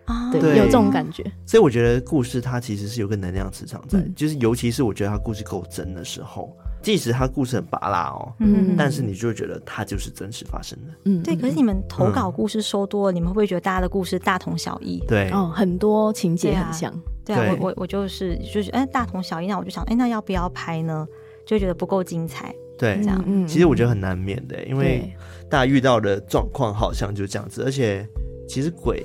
啊
对，
对
哦有这种感觉，
所以我觉得故事它其实是有个能量磁场在，
嗯
就是尤其是我觉得它故事够真的时候，即使它故事很拔辣哦，
嗯
但是你就会觉得它就是真实发生的。
嗯，
对，
嗯
可是你们投稿故事收多了，你们会不会觉得大家的故事大同小异？
对，
哦，很多情节
对啊
很像，
对啊，
对
我我我就是就是哎、大同小异，那我就想哎、那要不要拍呢？就会觉得不够精彩。
对
这，样
嗯
其实我觉得很难免的，因为
对
大家遇到的状况好像就这样子，而且其实鬼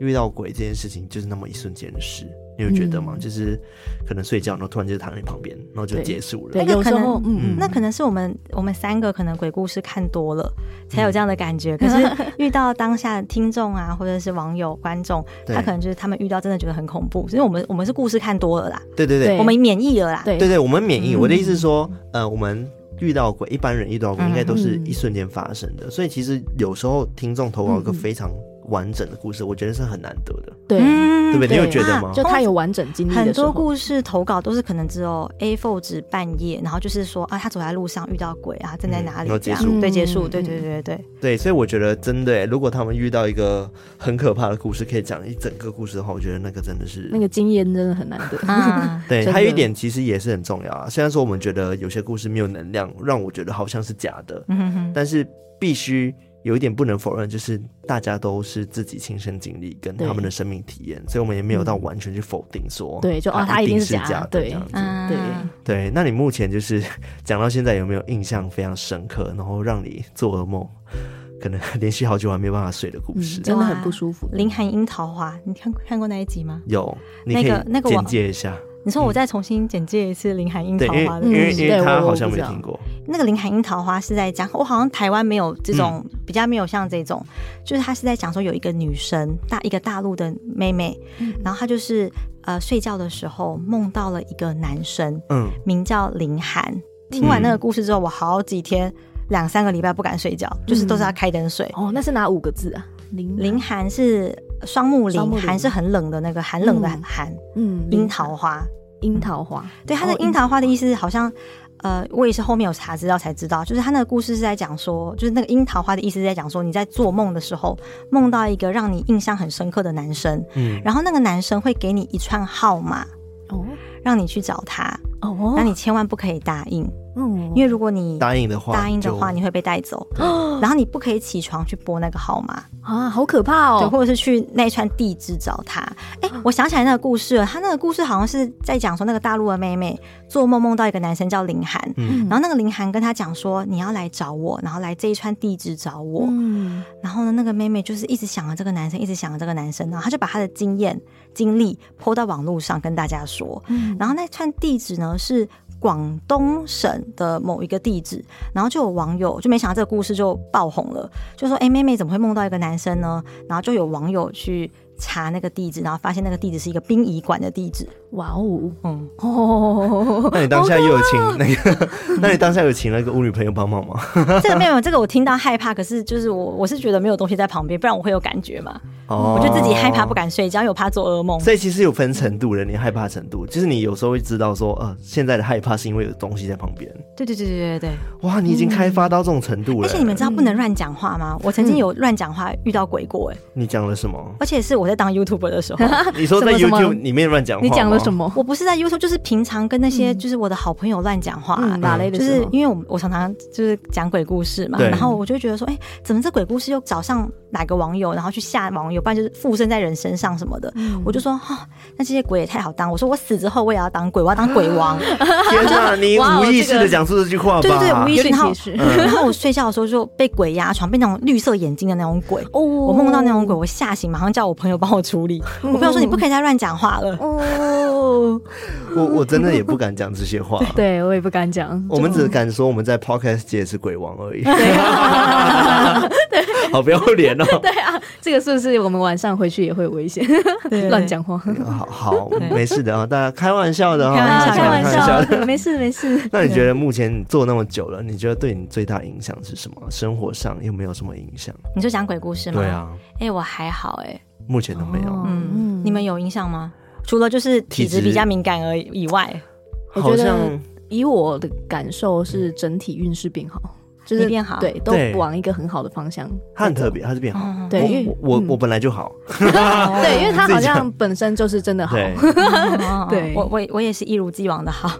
遇到鬼这件事情就是那么一瞬间的事，你会觉得吗？
嗯
就是可能睡觉，然后突然就躺在你旁边，然后就结束了。
对，
那个
有时
可能
候嗯，
那可能是我们我们三个可能鬼故事看多了，才有这样的
<laughs>
感觉。可是遇到当下的听众啊，或者是网友、观众，
对
他可能就是他们遇到真的觉得很恐怖，因为我们我们是故事看多了啦，
对对对
对
我们免疫了啦。
对
对对，我们免疫。
嗯
我的意思是说，呃，我们遇到鬼，一般人遇到鬼应该都是
嗯
一瞬间发生的，所以其实有时候听众投稿
嗯
一个非常完整的故事，我觉得是很难得的，
对，
对不对？
对
你有觉得吗
啊？
就他有完整经历
嗯很
的时候
多故事投稿都是可能只有 A4 纸半页，然后就是说啊，他走在路上遇到鬼啊，正在哪
嗯然
里
后
这
结束
样，对，结束，
嗯
对对对对，
对，所以我觉得真的耶，欸如果他们遇到一个很可怕的故事，可以讲一整个故事的话，我觉得那个真的是
那个经验真的很难得。
啊，
对，
真的
还有一点其实也是很重要啊。虽然说我们觉得有些故事没有能量，让我觉得好像是假的，
嗯哼哼，
但是必须有一点不能否认，就是大家都是自己亲身经历跟
对嗯
他们的生命体验，所以我们也没有到完全去否定说，
对就啊
啊，
它一
一
定是
是
假
的，
对
这样子。
啊
对
对，那你目前就是 <laughs> 讲到现在有没有印象非常深刻，然后让你做噩梦，可能 <laughs> 连续好久还没办法睡的故
嗯
事？
真的很不舒服。
啊林寒樱桃花，你看看过那一集吗？
有，你可
那个那
以
个我
简介一下。
你说我再重新简介一次林寒樱
嗯对，
桃
因为
花的
因
故
为
事
因
对
为
我
他
我
好
不
像没
知道
听过，
那个林海樱桃花是在讲，我好像台湾没有这
嗯
种、比较没有像这种，就是他是在讲说有一个女生大一个大陆的妹妹，
嗯
然后她就是呃睡觉的时候梦到了一个男生，
嗯，
名叫林涵。听完那个故事之后，我好几天两三个礼拜不敢睡觉，就是都是要
嗯
开灯睡。
哦，那是哪五个字啊？林
林涵是双木
双
林，
木林
涵是很冷的那个寒冷的
嗯
寒，
嗯，
樱桃花。
樱桃花，
对，它的
哦
樱桃花的意思好像，呃，我也是后面有查资料才知道，就是它那个故事是在讲说，就是那个樱桃花的意思是在讲说，你在做梦的时候梦到一个让你印象很深刻的男生，
嗯，
然后那个男生会给你一串号码，
哦
让你去找他，
哦，
那你千万不可以答应，
嗯，
因为如果你
答应的话，
答应的话，
就
你会被带走，然后你不可以起床去拨那个号码，
<gasps> 啊，好可怕
对，
哦，
或者是去那一串地址找他。哎、我想起来那个故事了，他那个故事好像是在讲说那个大陆的妹妹做梦梦到一个男生叫林涵，
嗯
然后那个林涵跟他讲说你要来找我，然后来这一串地址找我。
嗯，
然后呢，那个妹妹就是一直想着这个男生，一直想着这个男生，然后她就把她的经验经历泼到网络上跟大家说。
嗯
然后那串地址呢是广东省的某一个地址，然后就有网友就没想到这个故事就爆红了，就说：“哎、妹妹怎么会梦到一个男生呢？”然后就有网友去查那个地址，然后发现那个地址是一个殡仪馆的地址。
哇哦，
嗯，
哦，
那你当下又有请那个， <laughs> 那你当下有请那个巫女朋友帮忙吗？
这个没有，这个我听到害怕，可是就是我我是觉得没有东西在旁边，不然我会有感觉嘛。
哦
<laughs> 我就自己害怕不。敢睡觉，因为我怕做噩梦。
所以其实有分程度的，你害怕程度，就是你有时候会知道说，呃，现在的害怕是因为有东西在旁边。
对对对对对对。
哇，你已经开发到这种程度了。
嗯而且你们知道不能乱讲话吗？我曾经有乱讲话遇到鬼过哎、
你讲了什么？
而且是我在当 YouTuber 的时候， <laughs>
你说在
什么什么
YouTube 里面乱讲话，
你讲了什？么？
嗯我不是在 YouTube，就是平常跟那些就是我的好朋友乱讲话、
嗯，哪类的
就
时
嗯是
候？
因为我我常常就是讲鬼故事嘛，
对
然后我就会觉得说，哎、怎么这鬼故事又找上哪个网友，然后去吓网友，不然就是附身在人身上什么的。我就说，哦，那这些鬼也太好当。我说我死之后我也要当鬼，我要当鬼王。
天
<laughs>
哪，你
哇
无
哦
意识
这
的
个
讲出这句话吧？
对对对，无意
有
识。
点嗯歧视
然后然后我睡觉的时候就被鬼压床，被那种绿色眼睛的那种鬼。
哦，
我
我
梦到那种鬼，，我吓醒，马上叫我朋友帮我处理。我朋友说
嗯
你不可以再乱讲话了。
<laughs> 哦， <laughs>
我我真的也不敢讲这些话。
对我也不敢讲，
我们只敢说我们在 podcast 界是鬼王而已。 <laughs> 好不要脸哦。
对啊，这个是不是我们晚上回去也会有危险？
对
乱讲话，
好好
对，
没事的啊，大家开玩笑的啊，
开玩
<laughs>
笑
开
玩
玩笑的。
<laughs>
笑，没事没事。
那你觉得目前你做那么久了，你觉得对你最大影响是什么？生活上有没有什么影响？
你就讲鬼故事吗？
对。啊，
哎、我还好哎、
目前都没
哦
有，
嗯，你们有影响吗？除了就是体质
体质
比较敏感而已以外，
<laughs> 我
好
觉得
像
以我的感受是整体运势变好，就
你
是
变好
对，都
对
往一个很好的方向。
它很特别，它是变好。
嗯， <laughs>
对，哦因
我
为
我
嗯
我本来就好，
对，因为他
哦自己
好
讲
像本身就是真的好，
对，
哦
对
我我我也是一如既往的好，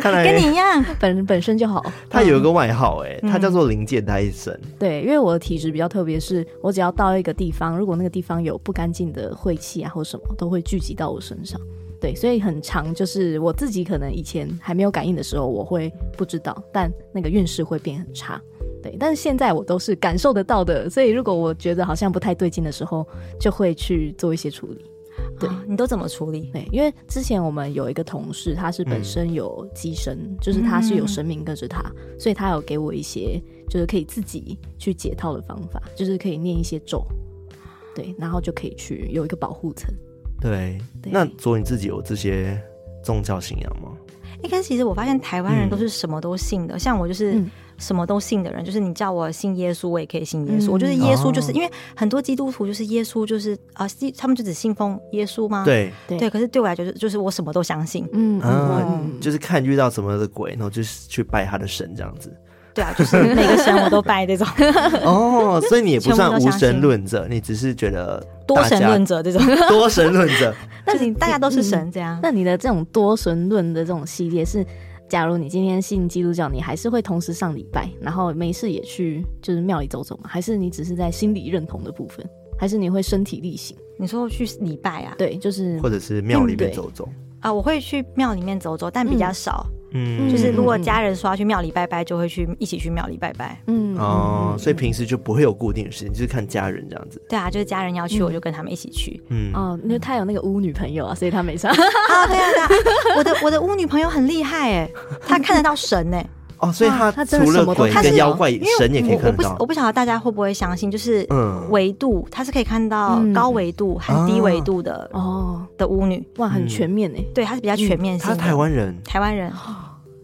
看
跟
来
你一样。
本 <laughs> 本身就好。
它有一个外号，哎，
嗯
它叫做灵界大医生。
对，因为我的体质比较特别，是我只要到一个地方，如果那个地方有不干净的晦气啊或什么，都会聚集到我身上。对，所以很长，就是我自己可能以前还没有感应的时候，我会不知道，但那个运势会变很差。对，但是现在我都是感受得到的，所以如果我觉得好像不太对劲的时候，就会去做一些处理。对
啊你都怎么处理？
对，因为之前我们有一个同事，他是
嗯
本身有机身，就是他是有神明跟着他，所以他有给我一些就是可以自己去解套的方法，就是可以念一些咒，对，然后就可以去有一个保护层。
对，
对
那左你自己有这些宗教信仰吗？
一开始其实我发现台
嗯
湾人都是什么都信的，像我就是
嗯
什么都信的人，就是你叫我信耶稣，我也可以信耶稣。
嗯
我觉得耶稣就是、
哦
因为很多基督徒就是耶稣就是啊、基他们就只信奉耶稣吗？
对，
对
对，可是对我来说就是就是我什么都相信，
嗯
啊
嗯嗯
就是看遇到什么的鬼，然后就是去拜他的神这样子。
对啊，就是
<laughs>
每个神我都拜这种
哦，所以你也不算
全部都
无
相信
神论者，你只是觉得
多
大
神
家
论
<laughs>
者这种，
多神论者。
但是大家都是神这样。
嗯那你的这种多神论的这种系列是，假如你今天信基督教，你还是会同时上礼拜，然后没事也去就是庙里走走吗？还是你只是在心理认同的部分？还是你会身体力行？
你说去礼拜啊？
对，就是
或者是庙里
嗯对
面走走。
啊，我会去庙里面走走，但比较少。
嗯，
就是如果
嗯嗯嗯
家人说要去庙里拜拜，就会去一起去庙里拜拜。
嗯
哦，所以
以
平时就不会有固定的时间，就是看家人这样子。
对啊，就是家人要去，
嗯
我就跟他们一起去。
嗯，
哦，因为他有那个巫女朋友啊，所以他
<laughs>
没上。
啊，对啊，对啊，我 <laughs> 的我的巫女朋友很厉害哎，她看得到神哎，
哦，所以
哇
他
他真的
除
什
了
么都
鬼
看得
跟
到
妖怪
因为，
神也可以
我我
看
不
得
我
到。
不晓得大家会不会相信，就是
嗯啊
维度她是可以看到
嗯
高维度和低维度的
哦，
的巫女，
哇，很全面哎、
对，她是比较全面性
他嗯是
的。
台湾人，
台湾人，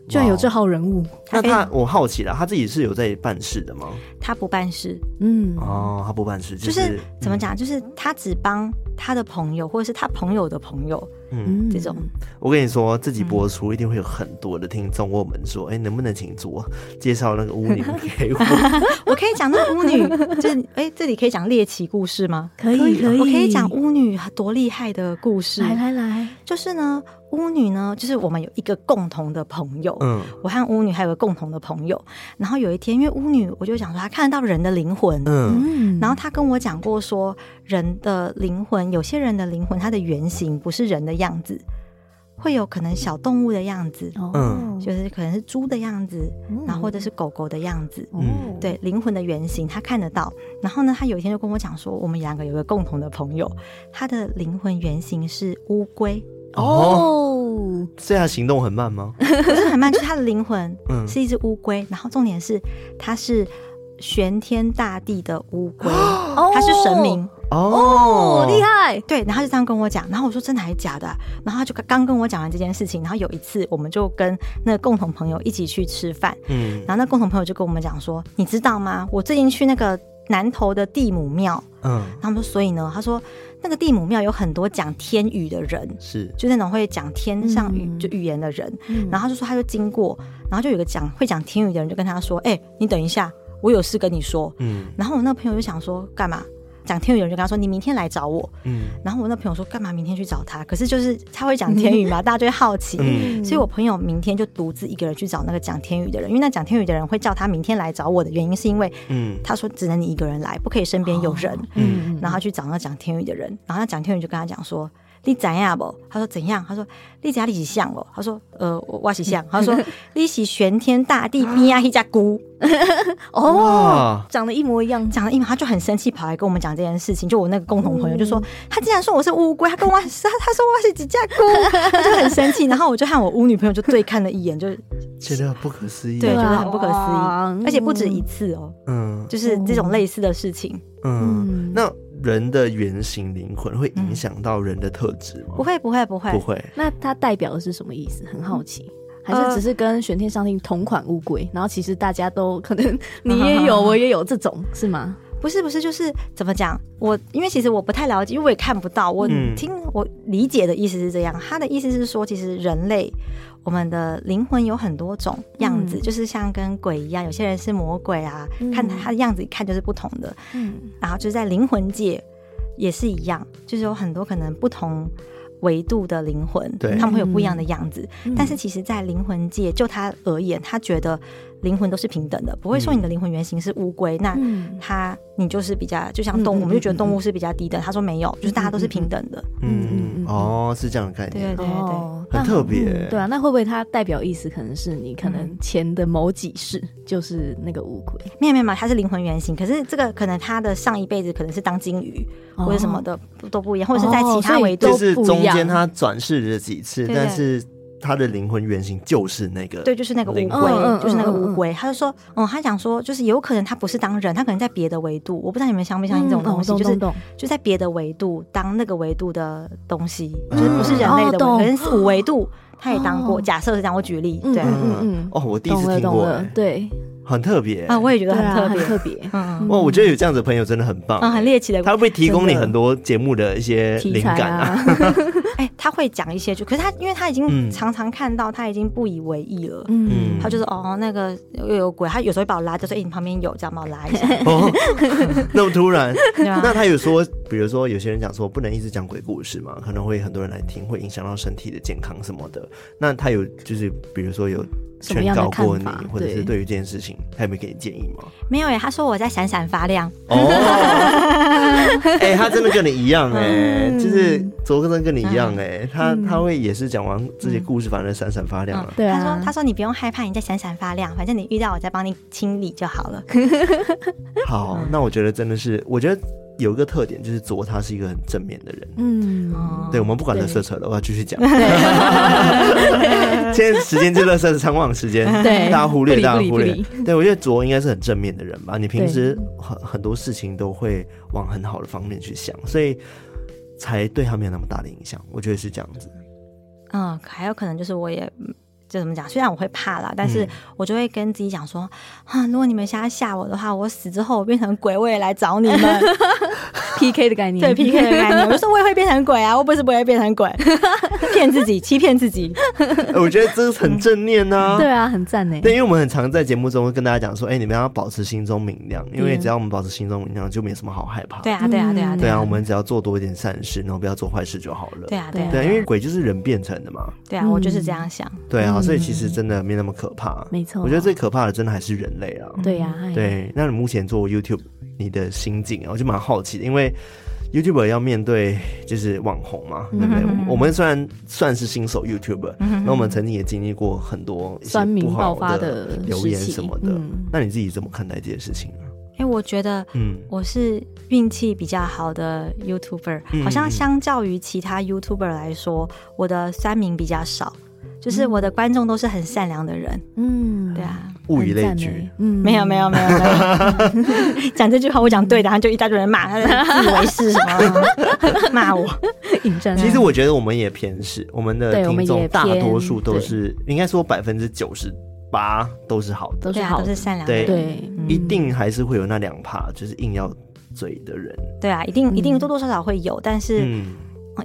居然有这号人物。
那他我好奇了，他自己是有在办事的吗？
她不办事，
嗯，
哦，他不办事，
就是是
嗯
怎么？讲，就是她只帮她的朋友或者是她朋友的朋友
嗯，
嗯
这种。
我跟你说，自己播出一定会有很多的听众问我们说，哎，能不能请左介绍那个巫女给我？
我可以讲那个巫女， <laughs> 就是哎，这里可以讲猎奇故事吗？
可以可以，
我可以讲巫女多厉害的故事。
来来来，
就是呢，巫女呢，就是我们有一个共同的朋友。
嗯，
我和巫女还有个共同的朋友，然后有一天，因为巫女，我就想说她看得到人的灵魂，
嗯
嗯
然后她跟我讲过说，人的灵魂，有些人的灵魂，它的原型不是人的样子，会有可能小动物的样子，
哦
嗯
就是可能是猪的样子，
嗯
然后或者是狗狗的样子，
哦
嗯
对，灵魂的原型，他看得到。然后呢，他有一天就跟我讲说，我们两个有个共同的朋友，他的灵魂原型是乌龟，
哦，
哦，
所以他行动很慢吗？
不是很慢，就是他的灵魂
嗯，
是一只乌龟。然后重点是，它是玄天大地的乌龟，
哦
它是神明。
哦，
厉害，
对，然后他就这样跟我讲，然后我说真的还是假的啊、然后他就刚跟我讲完这件事情，然后有一次我们就跟那个共同朋友一起去吃饭，
嗯
然后那共同朋友就跟我们讲说，你知道吗？我最近去那个南投的地母庙，
嗯，
他们说，所以呢，他说那个地母庙有很多讲天语的人，
是
就那种会讲天上语、
嗯
就语言的人。
嗯
然后他就说，他就经过，然后就有个讲会讲天语的人就跟他说：“哎、你等一下，我有事跟你说。
嗯”
然后我那个朋友就想说，干嘛？讲天语的人就跟他说：“你明天来找我。
嗯”
然后我那朋友说：“干嘛明天去找他？”可是就是他会讲天语嘛，大家就会好奇。
嗯
所以我朋友明天就独自一个人去找那个讲天语的人，因为那讲天语的人会叫他明天来找我的原因，是因为
嗯
他说只能你一个人来，不可以身边有人。
哦
嗯
然后他去找那讲天语的人，然后那讲天语就跟他讲说：“你怎样不？”他说：“怎样？”他说：“你家里是像不？”他说：“呃，我我是像。”他说：“你是玄天大地咪啊一家姑。
哦，
嗯哇，
长得一模一样”，
讲了一秒，他就很生气，跑来跟我们讲这件事情。就我那个共同朋友就说：“他竟然说我是乌龟，他跟我他他说我是几家姑，他就很生气。”然后我就和我巫女朋友就对看了一眼，就是
觉得不可思议。
对，觉
啊
得很不可思
哇
议，而且不止一次哦，
嗯
就是这种类似的事情。
嗯，
嗯，
那人的原型灵魂会影响到人的特质吗？
不，会，不会，不会
不，会。
那它代表的是什么意思？很好奇。还是只是跟玄天上帝同款乌龟，然后其实大家都可 <laughs> 能你也有我也有这种是吗？
不是不是，就是怎么讲？我因为其实我不太了解，因为我也看不到。我
嗯
听、我理解的意思是这样，他的意思是说，其实人类我们的灵魂有很多种样子，
嗯
就是像跟鬼一样，有些人是魔鬼啊，
嗯
看他的样子一看就是不同的。
嗯
然后就是在灵魂界也是一样，就是有很多可能不同。维度的灵魂，
对
嗯
他们会有不一样的样子。但是其实，在灵魂界，就他而言，他觉得灵魂都是平等的，不会说你的灵魂原型是乌龟，那
嗯
它你就是比较就像动
嗯
物，
嗯
我们就觉得动物是比较低等。他说没有，就是大家都是平等的。
嗯嗯
嗯，
嗯
哦，是这样的概念，
对对对，
哦，
很
那
特别欸
嗯对啊，那会不会它代表意思可能是你可能前的某几世就是那个乌龟，
没有没有没有，它是灵魂原型，可是这个可能他的上一辈子可能是当金鱼或者什么
哦？
的都都不一样，或者是在其
哦所
他
以
维度
都。
就是
不一
中
样
间他转世了几次，
对对
但是他的灵魂原型就是那个，
对，就是那个乌
灵
龟
魂
嗯嗯，
就是那个
嗯嗯
乌龟。他就说，哦，他讲说，就是有可能他不是当人，他可能在别的维度。我不知道你们相不相信这种东
嗯
西，
哦懂
就是
懂懂
就在别的维度当那个维度的东西，
嗯
就是不是人类
哦
的
懂
维度，可能是五维度，他也当过。
哦
假设是这样，我举例，
嗯
对啊
嗯嗯
哦，我第一
懂
次
了
听
懂
过，
了
哎，
对
很特别哎
啊，我也觉得
对
很
啊，
特
很特
别，
别，
嗯
哇，我觉得有这样子的朋友真的很棒，
啊
嗯，很猎奇的。
他会不会提供你
真的
很多节目的一些 <laughs>
题
灵
材
感啊？
啊，
哎，他会讲一些，就可是他，因为他已经
嗯
常常看到，他已经不以为意了。
嗯
他就是哦，那个又有鬼，他有时候会把我拉就说，哎、你旁边有，这样把我拉一下，
哦， <laughs> 那么突然，
对
啊
吧、
那他有说，比如说有些人讲说不能一直讲鬼故事嘛，可能会很多人来听，会影响到身体的健康什么的。那他有就是比如说有
什么
劝
样的
告
看
过你
法，
或者是
对
对于这件事情，他有没有给你建议吗？
没有耶，他说我在闪闪发亮，
哦， <laughs> 哎、他真的跟你一样哎、
嗯
就是卓哥真的跟你一样哎、他他会也是讲完这些故事，反正闪闪发亮啊。
对
他说
啊，
嗯他说你不用害怕，你在闪闪发亮，反正你遇到我再帮你清理就好了。
嗯
好，那我觉得真的是，我觉得有一个特点就是卓他是一个很正面的人。
嗯，
哦
对，
<laughs>
我们不管乐
对
色扯了，我要继续讲。 <laughs> 现在时间就是乐色长网时间，
对
大家忽略，
不理
大
不
家
理
忽略
不理。
对，我觉得卓应该是很正面的人吧。你平
对
时很很多事情都会往很好的方面去想，所以才对他没有那么大的影响。我觉得是这样子。
嗯，还有可能就是我也。嗯就怎么讲？虽然我会怕啦，但是我就会跟自己讲说，啊，如果你们现在吓我的话，我死之后我变成鬼，我也来找你们，
PK 的概念，
对 PK 的概念。我就说我也会变成鬼啊，我不是不会变成鬼，骗自己，欺骗自己。
哎我觉得这是很正念呐、
<laughs> 对啊，很赞呢。
对，因为我们很常在节目中会跟大家讲说，哎、你们要保持心中明亮，因为
嗯
只要我们保持心中明亮，就没什么好害怕。
对啊，对啊，对啊，
对
啊，
啊，我们只要做多一点善事，然后不要做坏事就好了。
对啊，对啊，
对啊，因为鬼就是人变成的嘛。
对啊，我就是这样想。
对啊，
嗯
所以其实真的没那么可怕。
没错
我觉得最可怕的真的还是人类啊。
对呀，哎，
对，那你目前做 YouTube，你的心境啊，我就蛮好奇的，因为 YouTuber 要面对就是网红嘛，对不对？
嗯
我我们虽然算是新手 YouTuber，
嗯
那我们曾经也经历过很多一些
酸民
不好
爆发
的
的
留
时
言
期
什么的
嗯。
那你自己怎么看待这件事情呢？
因为我觉得
嗯
我是运气比较好的 YouTuber，、
嗯
好像相较于其他 YouTuber 来说，我的酸民比较少，就是我的观众都是很善良的人。
嗯，
对，啊，
物以类聚，，
嗯，
没有没
<laughs>
有没有没有， <laughs> 讲这句话我讲对的，然后就一大堆人骂，他自以为是什
<laughs>
么骂我。
引战，
其实我觉得我们也偏是，我们的
对我们
听
也
众大
偏
多数都
对嗯
是，应该说百分之九十八都是好的，
都
对
是
啊，
好
都
的
是，嗯善良的人。
对，嗯
一定还是会有那两趴，就是硬要嘴的人。
对啊，一定
嗯
一定多多少少会有，但是。
嗯，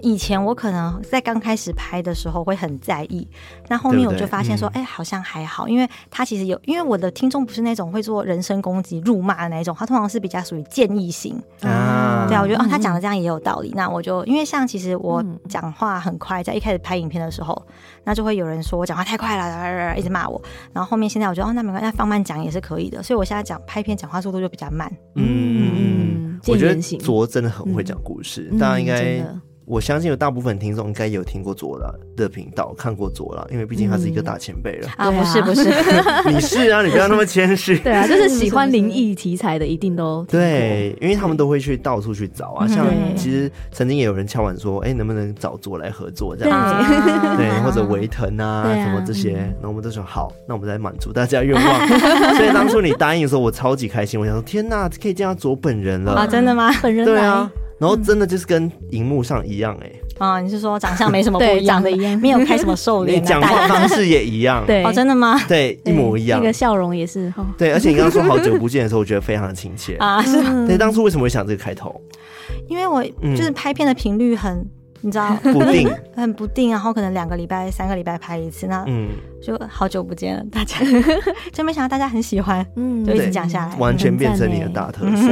以前我可能在刚开始拍的时候会很在意，那后面
对不
我
对
就发现
嗯
说，哎、好像还好，因为他其实有，因为我的听众不是那种会做人身攻击、辱骂的那一种，他通常是比较属于建议型。
啊
对啊，我觉得啊、
嗯
他讲的这样也有道理。那我就因为像其实我
嗯
讲话很快，在一开始拍影片的时候，那就会有人说我讲话太快了，一直骂我。然后后面现在我觉得哦，那没关系，那放慢讲也是可以的。所以我现在讲拍片讲话速度就比较慢。
嗯
我觉
见
得
言行
卓真的很会讲故事，
嗯
大家应
真
该
的，
我相信有大部分听众应该有听过卓啦的频道，看过卓啦，因为毕竟他是一个大前辈
<laughs>
了。
啊，
对啊
不是不 <laughs> 是，
你是啊，你不要那么谦
<laughs>
虚。
对啊，就是喜欢灵异题材的一定都听过，
对，因为他们都会去到处去找啊，像
嗯对
其实曾经也有人敲碗说，哎、能不能找卓来合作这
对
样子？
啊
对，或者维腾啊
对啊
什么这些，那我们都说好，那我们来满足大家愿
<laughs>
望。所以当初你答应的时候，我超级开心，我想说天呐，可以见到左本人
啊，
了，
真的吗？ <laughs>
本人
对
来嗯
啊，。然后真的就是跟荧幕上一样哎、
啊，你是说长相没什么不
对
一样，
长得一样
<laughs>
没有开什么瘦
哦
你
脸啊，
讲
大
话
眼
方式也一样，
对，
哦，真的吗？
<laughs> 对，一
对
模一样
那。个笑容也是哦哈，
对，而
<laughs>
且你刚刚说好久不见的时候，我觉得非常的亲切。
啊，是
嗯
对，当初为什么会想这个开头？
因为我
嗯
就是拍片的频率很，你知道
嗯
不定，
<laughs>
很不定，然后可能两个礼拜、三个礼拜拍一次，那
嗯，
就好久不见了，大家就没想到大家很喜欢，
嗯
就一直
对
讲下
<laughs>
来。
完全
很赞
变成你的
欸
大特
嗯
色。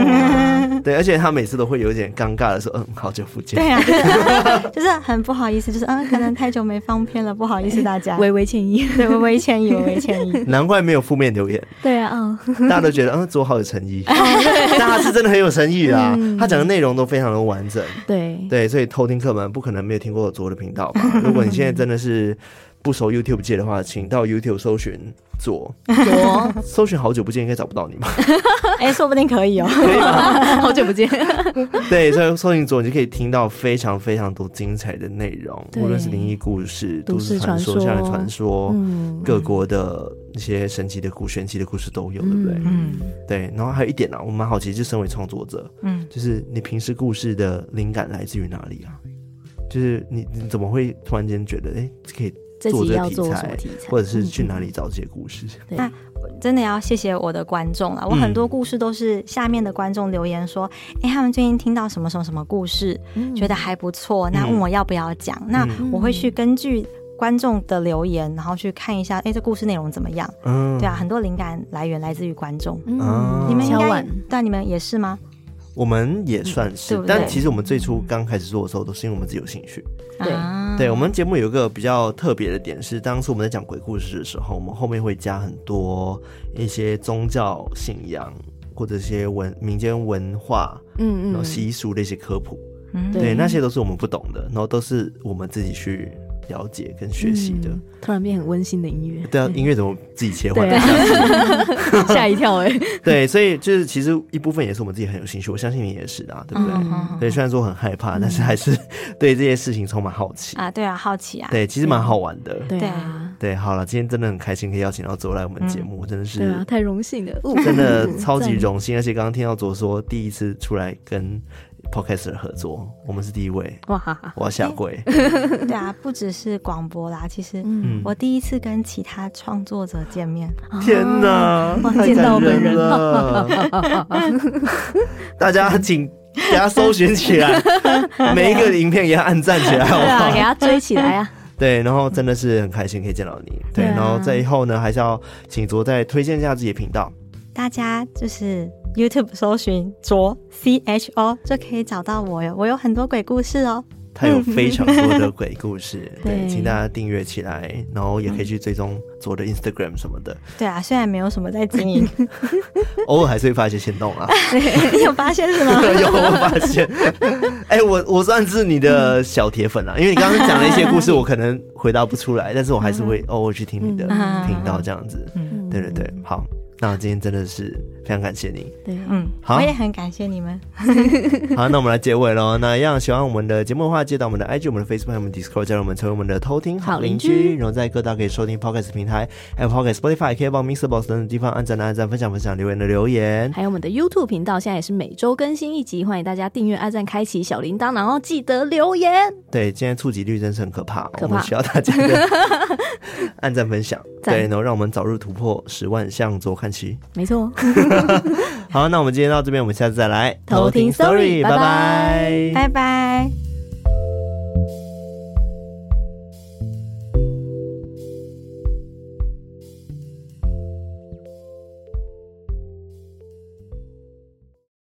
对，而且他每次都会有一点尴尬的说：“嗯，好久不见。”
对啊，就是就是很不好意思，就是嗯，可能太久没放片了，不好意思大家。
<laughs> 微微歉意。
对，微微歉 <laughs> 意，微微歉意。
难怪没有负面留言，
<laughs> 对啊，嗯，
大家都觉得嗯，左好有诚意，
哦
<laughs> 但他是真的很有诚意啦。
嗯
他讲的内容都非常的完整，
<laughs> 对，
对，所以偷听客们不可能没有听过左的频道吧？如果你现在真的是不熟 YouTube 界的话，请到 YouTube 搜寻左，
多
搜寻好久不见应该找不到你吧？
哎、说不定可以哦、
可以吧？
<laughs> 好久不
<laughs>
见。
哦对，所以搜寻左，你就可以听到非常非常多精彩的内容，
对
无论是灵异故事、
都
都
市
市传说、
传说
校园传说。
嗯，
各国的一些神奇的故、玄奇的故事都有，对不对？
嗯
对，然后还有一点呢、啊，我蛮好奇，就身为创作者，
嗯，
就是你平时故事的灵感来自于哪里啊？就是你你怎么会突然间觉得，哎，可以
这
做
集
这
要
个
做什么
材
题材，
或者是
嗯
去哪里找这些故事？
那真的要谢谢我的观众了。我很多故事都是下面的观众留言说，哎、他们最近听到什么什么什么故事，
嗯
觉得还不错，那问我要不要讲，那我会去根据观众的留言，然后去看一下，哎、这故事内容怎么样？
嗯，
对啊，很多灵感来源来自于观众。
嗯
啊
你们应
敲
该
碗，
对啊，你们也是吗？
我们也算是，
对不对
但其实我们最初刚开始做的时候，都是因为我们自己有兴趣。
对
啊
对我们节目有一个比较特别的点是，当时我们在讲鬼故事的时候，我们后面会加很多一些宗教信仰或者一些文民间文化，
嗯
然后
嗯，
习俗的一些科普，
嗯
对
对那些都是我们不懂的，然后都是我们自己去了解跟学习的。
嗯突然变很温馨的音乐，
对啊，音乐怎么自己切换？
对啊，吓一跳哎，
<laughs> 对，所以就是其实一部分也是我们自己很有兴趣，我相信你也是的、啊，对不对？
嗯嗯嗯
对，虽然说很害
嗯
怕，但是还是 <laughs> 对这些事情充满好奇。
啊，对啊，好奇啊，
对，其实蛮好玩的。
对啊，
对，好了，今天真的很开心可以邀请到左来我们节目，真的
对啊，
是
太荣幸了，哦
<laughs> 真的超级
赞
荣幸，而且刚刚听到左说第一次出来跟 Podcaster 合作，我们是第一位，
<laughs> 哇哈哈，
我要下跪。
对啊，不只是广播啦，其实
嗯，
我第一次跟其他创作者见面，
天哪，太
哦见到
感
本
人
人
了！大家请给他搜寻起
<laughs>
来，每一个影片给他按赞起来，好
对
不
<laughs> 啊，
好
给？他追起来啊，
对，然后真的是很开心可以见到你。对，
对啊
然后在以后呢，还是要请卓再推荐一下自己的频道。
大家就是 YouTube 搜寻卓 C H O 就可以找到我哟，我有很多鬼故事哦。
它有非常多的鬼故
<laughs>
事，
对
对，请大家订阅起来，然后也可以去追踪左的 Instagram 什么
<laughs>
的，
对啊，虽然没有什么在
<laughs>
经营，
偶尔还是会发一些行动啊。
你有发现是吗？
<laughs> 有我发
<laughs>
现，哎、我我算是你的小铁粉啊啦，因为你刚刚讲了一些故事，我可能回答不出来，但是我还是会偶尔去听你的
嗯
频道这样子。
嗯
对对对，好，那今天真的是非常感谢你。
对，
嗯，
好
我也很感谢你们。
好，那我们来结尾
<laughs>
喽。那一样喜欢我们的节目的话，记得我们的 IG、我们的 Facebook、我们的 Discord，加入我们成为我们的偷听好邻
好邻
居。然后在各大可以收听 Podcast 平台，还有 Podcast、Spotify、K 帮 Mr. Box 等等地方按赞的按赞、分享分享、留言的留言。
还有我们的 YouTube 频道，现在也是每周更新一集，欢迎大家订阅、按赞、开启小铃铛，然后记得留言。
对，今天触及率真是很可怕，我
可怕
们需要大家的
<laughs>
按赞分享，
赞
对，然后让我们早日突破十万，向左看齐。
没错，
好，那我们今天到这边，我们下次再来
偷听 Story，
拜
拜
拜
拜。
拜拜。